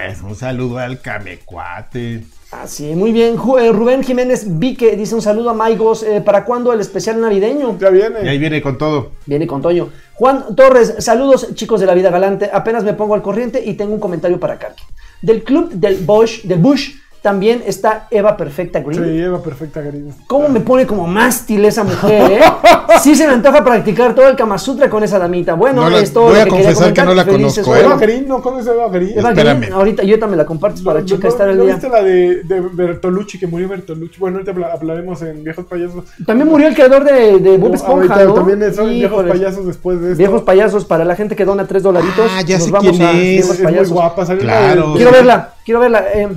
S3: Es un saludo al camecuate.
S2: Así, Ah, muy bien. Ju- eh, Rubén Jiménez Vique dice un saludo a Maigos. eh, ¿Para cuándo el especial navideño?
S1: está. Ya
S3: Y ahí
S1: viene.
S3: viene con todo.
S2: Viene con Toño. Juan Torres, saludos chicos de la vida galante. Apenas me pongo al corriente y tengo un comentario para Karki. Del club del Bush, del Bush también está Eva Perfecta
S1: Se
S2: Green.
S1: lleva perfecta, cariño.
S2: ¿Cómo me pone como mástil esa mujer,
S3: (laughs)
S2: eh? Sí se me antoja practicar todo el Kama Sutra con esa damita. Bueno,
S3: No la-
S2: esto
S3: voy a confesar que no la conozco, eh.
S1: Eva
S2: Eva,
S1: Green, ¿no conoces a Eva Green?
S2: Eva
S3: Espérame.
S2: Green, ahorita yo también la compartes para
S1: ¿No-
S2: chica
S1: no-
S2: estar al
S1: ¿no
S2: día.
S1: viste la de, de Bertolucci, que murió Bertolucci? Bueno, ahorita habla- hablaremos en Viejos Payasos.
S2: También murió el creador de, de Bob
S1: No,
S2: Esponja,
S1: ahorita
S2: ¿no?
S1: También son Viejos
S2: Híjoles.
S1: Payasos después de esto.
S2: Viejos payasos, para la gente que dona tres dolaritos.
S3: Ah, ya
S2: nos
S3: sé
S2: vamos
S3: quién
S2: a
S3: es.
S2: Viejos
S1: Es muy
S2: Payasos.
S1: guapa. salió en la
S3: Claro.
S1: de-
S2: Quiero verla, quiero verla. eh,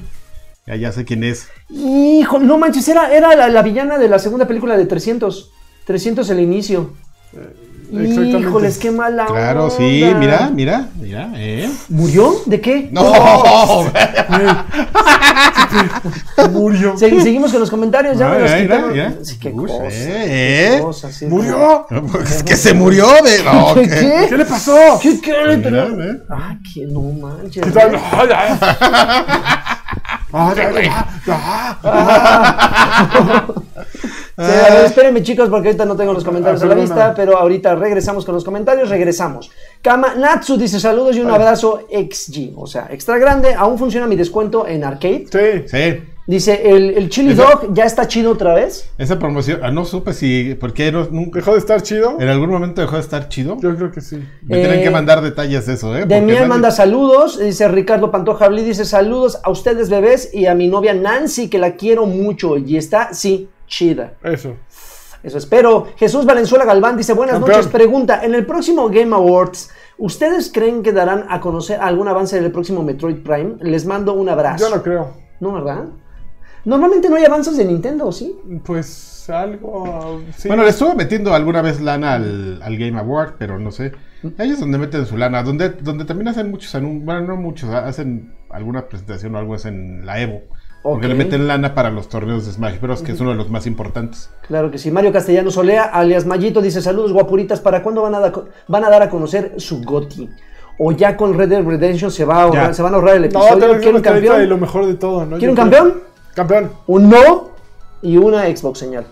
S3: Ya, ya sé quién es.
S2: hijo, no manches, era, era la, la villana de la segunda película de 300. 300 el inicio.
S1: Exactamente.
S2: Híjoles, qué mala
S3: Claro,
S2: onda.
S3: sí, mira, mira, mira, ¿eh?
S2: ¿Murió? ¿De qué?
S3: (laughs) ¡No!
S1: Murió.
S2: Se- seguimos con los comentarios, ya me los
S3: Mira, mira,
S2: quitaron.
S3: mira.
S2: Sí, qué
S3: Ush,
S2: cosa,
S3: ¿eh? pues,
S2: qué cosa, sí,
S1: Murió.
S3: Es que se murió de.
S2: (laughs)
S3: No,
S2: ¿Qué?
S3: ¿qué?
S1: ¿Qué le pasó?
S2: ¿Qué, qué?
S3: Mira, ¿eh?
S2: Ah, que no manches.
S1: Y tal, ay, ay. Ay, ay, ay, ay.
S2: Sí, a ver, espérenme chicos porque ahorita no tengo los comentarios
S1: Ah,
S2: a la
S1: perdona.
S2: vista, pero ahorita regresamos con los comentarios, regresamos. Kama Natsu dice saludos y un abrazo XG, o sea, extra grande, aún funciona mi descuento en arcade.
S1: Sí.
S3: Sí.
S2: Dice, el, el chili
S3: Esa-
S2: dog ya está chido otra vez.
S3: Esa promoción. Ah, no supe si. ¿Por qué no- nunca?
S1: ¿Dejó de estar chido?
S3: ¿En algún momento dejó de estar chido?
S1: Yo creo que sí.
S3: Me tienen
S2: Eh,
S3: que mandar detalles de eso, ¿eh? Porque
S2: Demiel
S3: nadie-
S2: manda saludos, dice Ricardo Pantoja Blí, dice saludos a ustedes bebés y a mi novia Nancy que la quiero mucho y está, sí, chida.
S1: Eso.
S2: Eso espero. Jesús Valenzuela Galván dice, buenas
S1: Campeón.
S2: noches, pregunta, en el próximo Game Awards, ¿ustedes creen que darán a conocer algún avance del próximo Metroid Prime? Les mando un abrazo.
S1: Yo no creo.
S2: no, ¿verdad? Normalmente no hay avances de Nintendo, ¿sí?
S1: Pues algo. Sí.
S3: Bueno, le estuvo metiendo alguna vez lana al, al Game Award, pero no sé. Ahí es donde meten su lana, donde, donde también hacen muchos anuncios, bueno, no muchos, hacen alguna presentación o algo es en la Evo. Porque
S2: Ok.
S3: le meten lana para los torneos de Smash Bros, que es uno de los más importantes.
S2: Claro que sí. Mario Castellano Solea, alias Mayito, dice saludos guapuritas, ¿para cuándo van a, da- van a dar a conocer su GOTI? O ya con Red Dead Redemption se, va a ahorrar-
S3: Ya.
S2: se van a ahorrar el
S1: no,
S2: episodio.
S1: tenemos que
S2: ¿Quieren
S1: una tarjeta de
S2: campeón?
S1: lo mejor de todo, ¿no?
S2: ¿Quieren
S1: Yo creo-
S2: campeón?
S1: Campeón.
S2: Un no y una Xbox señal.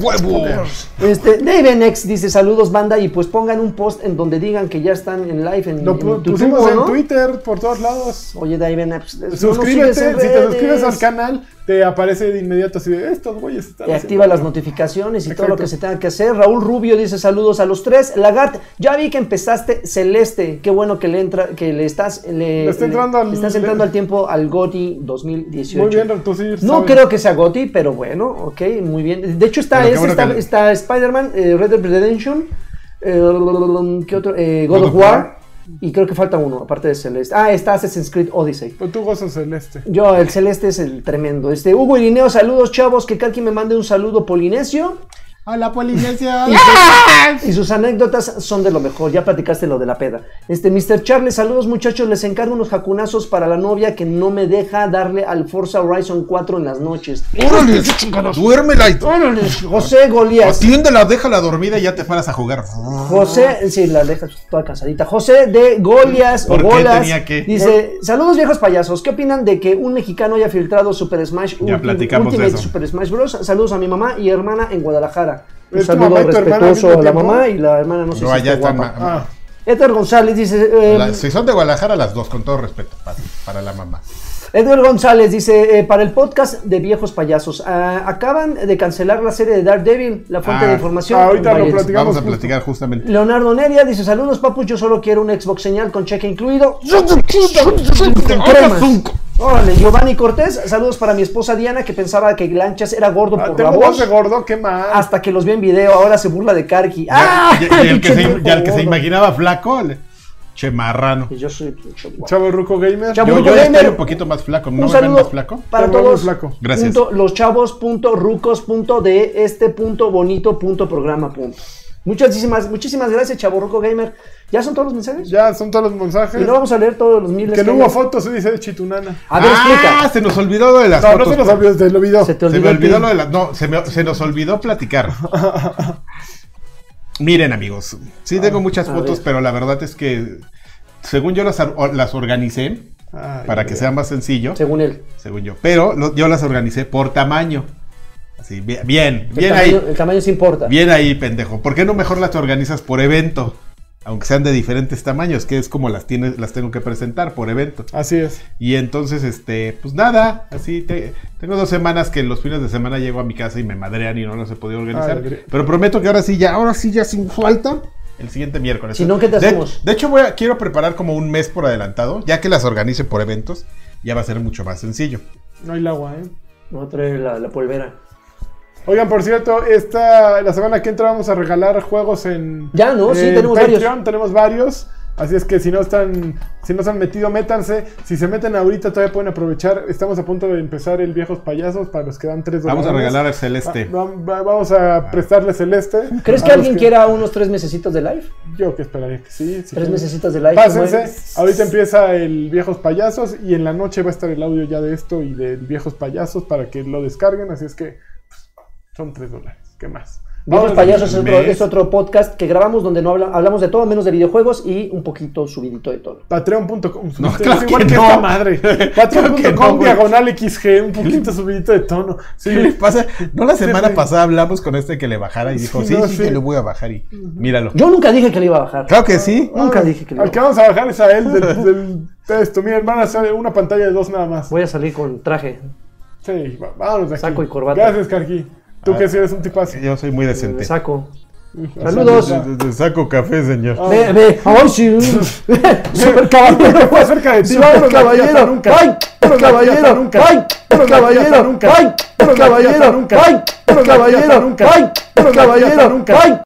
S3: ¡Huevos!
S2: Este, Dave NX dice saludos banda y pues pongan un post en donde digan que ya están en live en,
S1: Lo
S2: en
S1: pu-
S2: tu
S1: pusimos
S2: tubo,
S1: en
S2: ¿no?
S1: Twitter, por todos lados.
S2: Oye Dave NX, pues, no nos
S1: Suscríbete,
S2: sigues
S1: si
S2: en
S1: te
S2: redes.
S1: suscribes al canal, te aparece de inmediato así de estos güeyes. están
S2: Y
S1: haciendo
S2: activa las
S1: algo".
S2: notificaciones y todo
S1: Exacto.
S2: lo que se tenga que hacer. Raúl Rubio dice saludos a los tres. Lagart, ya vi que empezaste celeste. Qué bueno que le entra, que le estás, le,
S1: Le está
S2: le-
S1: entrando al-
S2: estás entrando al tiempo al GOTI 2018.
S1: Muy bien, tú sí.
S2: No
S1: sabes.
S2: creo que sea Gotti, pero bueno, ok, muy bien. De hecho, está,
S3: Pero qué
S2: ese,
S3: bueno
S2: está,
S3: que-
S2: está Spider-Man, eh, Red Dead Redemption, eh, ¿qué otro? Eh, God,
S3: God
S2: of
S3: of
S2: War,
S3: War.
S2: y creo que falta uno, aparte de Celeste. Ah, está Assassin's Creed Odyssey.
S1: Pero Pues tú gozas este. celeste.
S2: Yo, el Celeste es el tremendo. Este, Hugo Irineo, saludos, chavos, que Karki me mande un saludo polinesio.
S3: ¡Hola, Polinesia!
S2: Y sus anécdotas son de lo mejor, ya platicaste lo de la peda. Este, Mr. Charles, saludos muchachos, les encargo unos jacunazos para la novia que no me deja darle al Forza Horizon 4 en las noches.
S3: ¡Órale! ¡Duérmela y
S2: Órale, José Golías.
S3: atiéndela, déjala dormida y ya te paras a jugar!
S2: José, sí, la dejas toda cansadita. José de Golias o
S3: ¿Por qué
S2: Golas
S3: tenía que?
S2: dice: Saludos viejos payasos. ¿Qué opinan de que un mexicano haya filtrado Super Smash
S3: Ya
S2: Ulti-
S3: platicamos de
S2: Ultimate
S3: eso.
S2: Super Smash Bros? Saludos a mi mamá y hermana en Guadalajara. Un
S1: ¿Es tu
S2: saludo
S1: mamá y tu hermana al
S2: respetuoso a
S1: mismo
S2: la
S1: tiempo?
S2: mamá y la hermana no sé
S3: No,
S2: si
S3: allá
S2: está
S3: están.
S2: guapa.
S1: (laughs) Ah,
S2: Edgar González dice: eh,
S3: La- si son de Guadalajara, las dos, con todo respeto, para, para la mamá.
S2: Edgar González dice, eh, para el podcast de viejos payasos, ah, acaban de cancelar la serie de Daredevil, la fuente
S3: Ah,
S2: de información.
S1: ahorita lo
S2: Vaya.
S1: platicamos. Digamos
S3: Vamos a
S1: justo.
S3: platicar justamente.
S2: Leonardo Neria dice, saludos papus, yo solo quiero un Xbox señal con cheque incluido. Crema. Órale, Giovanni Cortés, saludos para mi esposa Diana que pensaba que Lanchas era gordo
S1: ah,
S2: por la
S1: tengo voz
S2: voz.
S1: de gordo, qué mal.
S2: Hasta que los vi en video, ahora se burla de Karki. ¡Ah!
S3: Y, y
S2: (laughs)
S3: el que se,
S2: Pinche
S3: y al que se
S2: gordo.
S3: imaginaba flaco, le- che marrano.
S2: Yo soy pinche guapo.
S1: Chavo Ruco Gamer.
S2: Chavo-
S3: Yo,
S2: Ruco
S3: yo ya estoy
S2: Gamer.
S3: un poquito más flaco,
S2: Un
S3: ¿no me ven
S2: saludo
S3: más flaco?
S2: para
S1: Te veo muy
S2: todos.
S1: flaco.
S3: Gracias.
S2: Punto, los chavos punto rucos punto de este punto bonito punto programa punto. Muchísimas, muchísimas gracias, Chavo Ruco Gamer. ¿Ya son todos los mensajes?
S1: Ya son todos los mensajes.
S2: Y no vamos a leer todos los miles.
S1: que no
S2: hay.
S1: hubo fotos, se dice Chitunana.
S2: A ver,
S3: ah,
S2: explica.
S3: se nos olvidó lo de las
S1: No, no
S3: fotos. pues.
S1: se nos olvidó, se lo olvidó.
S2: Se te
S3: Se
S2: olvidó.
S3: me olvidó
S2: el
S3: lo de las... No, se, me- se nos
S2: (laughs)
S3: olvidó platicar. Miren, amigos. Sí tengo muchas
S2: Ah, a
S3: fotos,
S2: ver.
S3: pero la verdad es que... Según yo las, ar- o- las organicé,
S1: Ay,
S3: para que sea más sencillo,
S2: pin, Según él.
S3: según yo. Pero lo- yo las organicé por tamaño. Así, bien, bien,
S2: El
S3: bien
S2: tamaño,
S3: ahí.
S2: El tamaño sí importa.
S3: Bien ahí, pendejo. ¿Por qué no mejor las organizas por evento? Aunque sean de diferentes tamaños, que es como las, tienes, las tengo que presentar por evento.
S1: Así es.
S3: Y entonces, este, pues nada, así te- tengo dos semanas que los fines de semana llego a mi casa y me madrean y no los he podido organizar.
S1: Ay, gre-
S3: pero prometo que ahora sí, ya, ahora sí, ya sin falta. El siguiente miércoles.
S2: Si no, ¿qué te
S3: De-
S2: hacemos?
S3: De, hecho, voy a- quiero preparar como un mes por adelantado, ya que las organice por eventos, ya va a ser mucho más sencillo.
S1: No hay el agua, ¿eh?
S2: No trae la, la polvera.
S1: Oigan, por cierto, esta, la semana que entra vamos a regalar juegos en.
S2: Ya, ¿no? Sí,
S1: en
S2: tenemos
S1: Patreon,
S2: varios.
S1: Tenemos varios. Así es que si no están, si no se han metido, métanse. Si se meten ahorita todavía pueden aprovechar. Estamos a punto de empezar el Viejos Payasos para los que dan tres
S3: Vamos a
S1: dólares. Ah,
S3: regalar este. el celeste.
S1: Va- va- vamos a prestarle celeste.
S2: ¿Crees
S1: A
S2: que
S1: los
S2: alguien quiera unos tres mesecitos de live?
S1: Yo que esperaría que sí. si
S2: Tres
S1: quieren.
S2: mesecitas de live.
S1: Pásense.
S2: como es.
S1: Ahorita empieza el Viejos Payasos y en la noche va a estar el audio ya de esto y del Viejos Payasos para que lo descarguen. Así es que pues, son tres dólares. ¿Qué más? Vámonos.
S2: Viejos Payasos es otro,
S3: mes.
S2: es otro podcast que grabamos donde no habla- hablamos de todo menos de videojuegos y un poquito subidito de todo.
S1: Patreon.com.
S3: No,
S1: Ustedes
S3: claro
S1: igual
S3: que
S1: que
S3: no.
S1: esta
S3: (laughs)
S1: madre. Patreon.com
S3: que no, güey.
S1: diagonal XG, un poquito subidito de tono. Sí.
S3: (laughs) ¿Qué le pasa? No la semana
S1: Sí, sí.
S3: pasada hablamos con este que le bajara y dijo,
S1: Sí,
S3: sí,
S1: no,
S3: sí,
S1: sí.
S3: que lo voy a bajar y míralo.
S2: Yo nunca dije que le iba a bajar.
S3: Claro que sí.
S1: Ah,
S2: Nunca dije que le iba
S1: Al
S2: a
S1: que
S2: bajar.
S1: vamos a bajar es a él
S3: (laughs)
S1: del, del texto. Miren, van a hacer una pantalla de dos nada más.
S2: Voy a salir con traje.
S1: Sí, va- vámonos de aquí.
S2: Saco y corbata.
S1: Gracias, Carqui. Tú
S3: Ah.
S1: que sí eres un tipazo.
S3: Yo soy muy decente.
S2: Saco. Saludos.
S3: Te- te- te Saco café, señor.
S1: Ah.
S2: Ve, ve.
S1: (laughs)
S2: Ay, sí. Super caballero.
S1: Fue cerca de ti.
S2: Sí,
S1: Vámonos
S2: vámonos
S1: de aquí hasta
S2: caballero.
S1: nunca.
S2: Ay,
S1: Vámonos de aquí hasta
S2: caballero.
S1: nunca.
S2: Ay,
S1: Vámonos de aquí hasta
S2: caballero.
S1: nunca.
S2: Ay,
S1: Vámonos de aquí hasta nunca. Vámonos de aquí
S2: caballero. Ay,
S1: hasta
S2: caballero.
S1: nunca. Vámonos de
S2: Ay,
S1: aquí hasta
S2: caballero.
S1: nunca.
S2: Ay,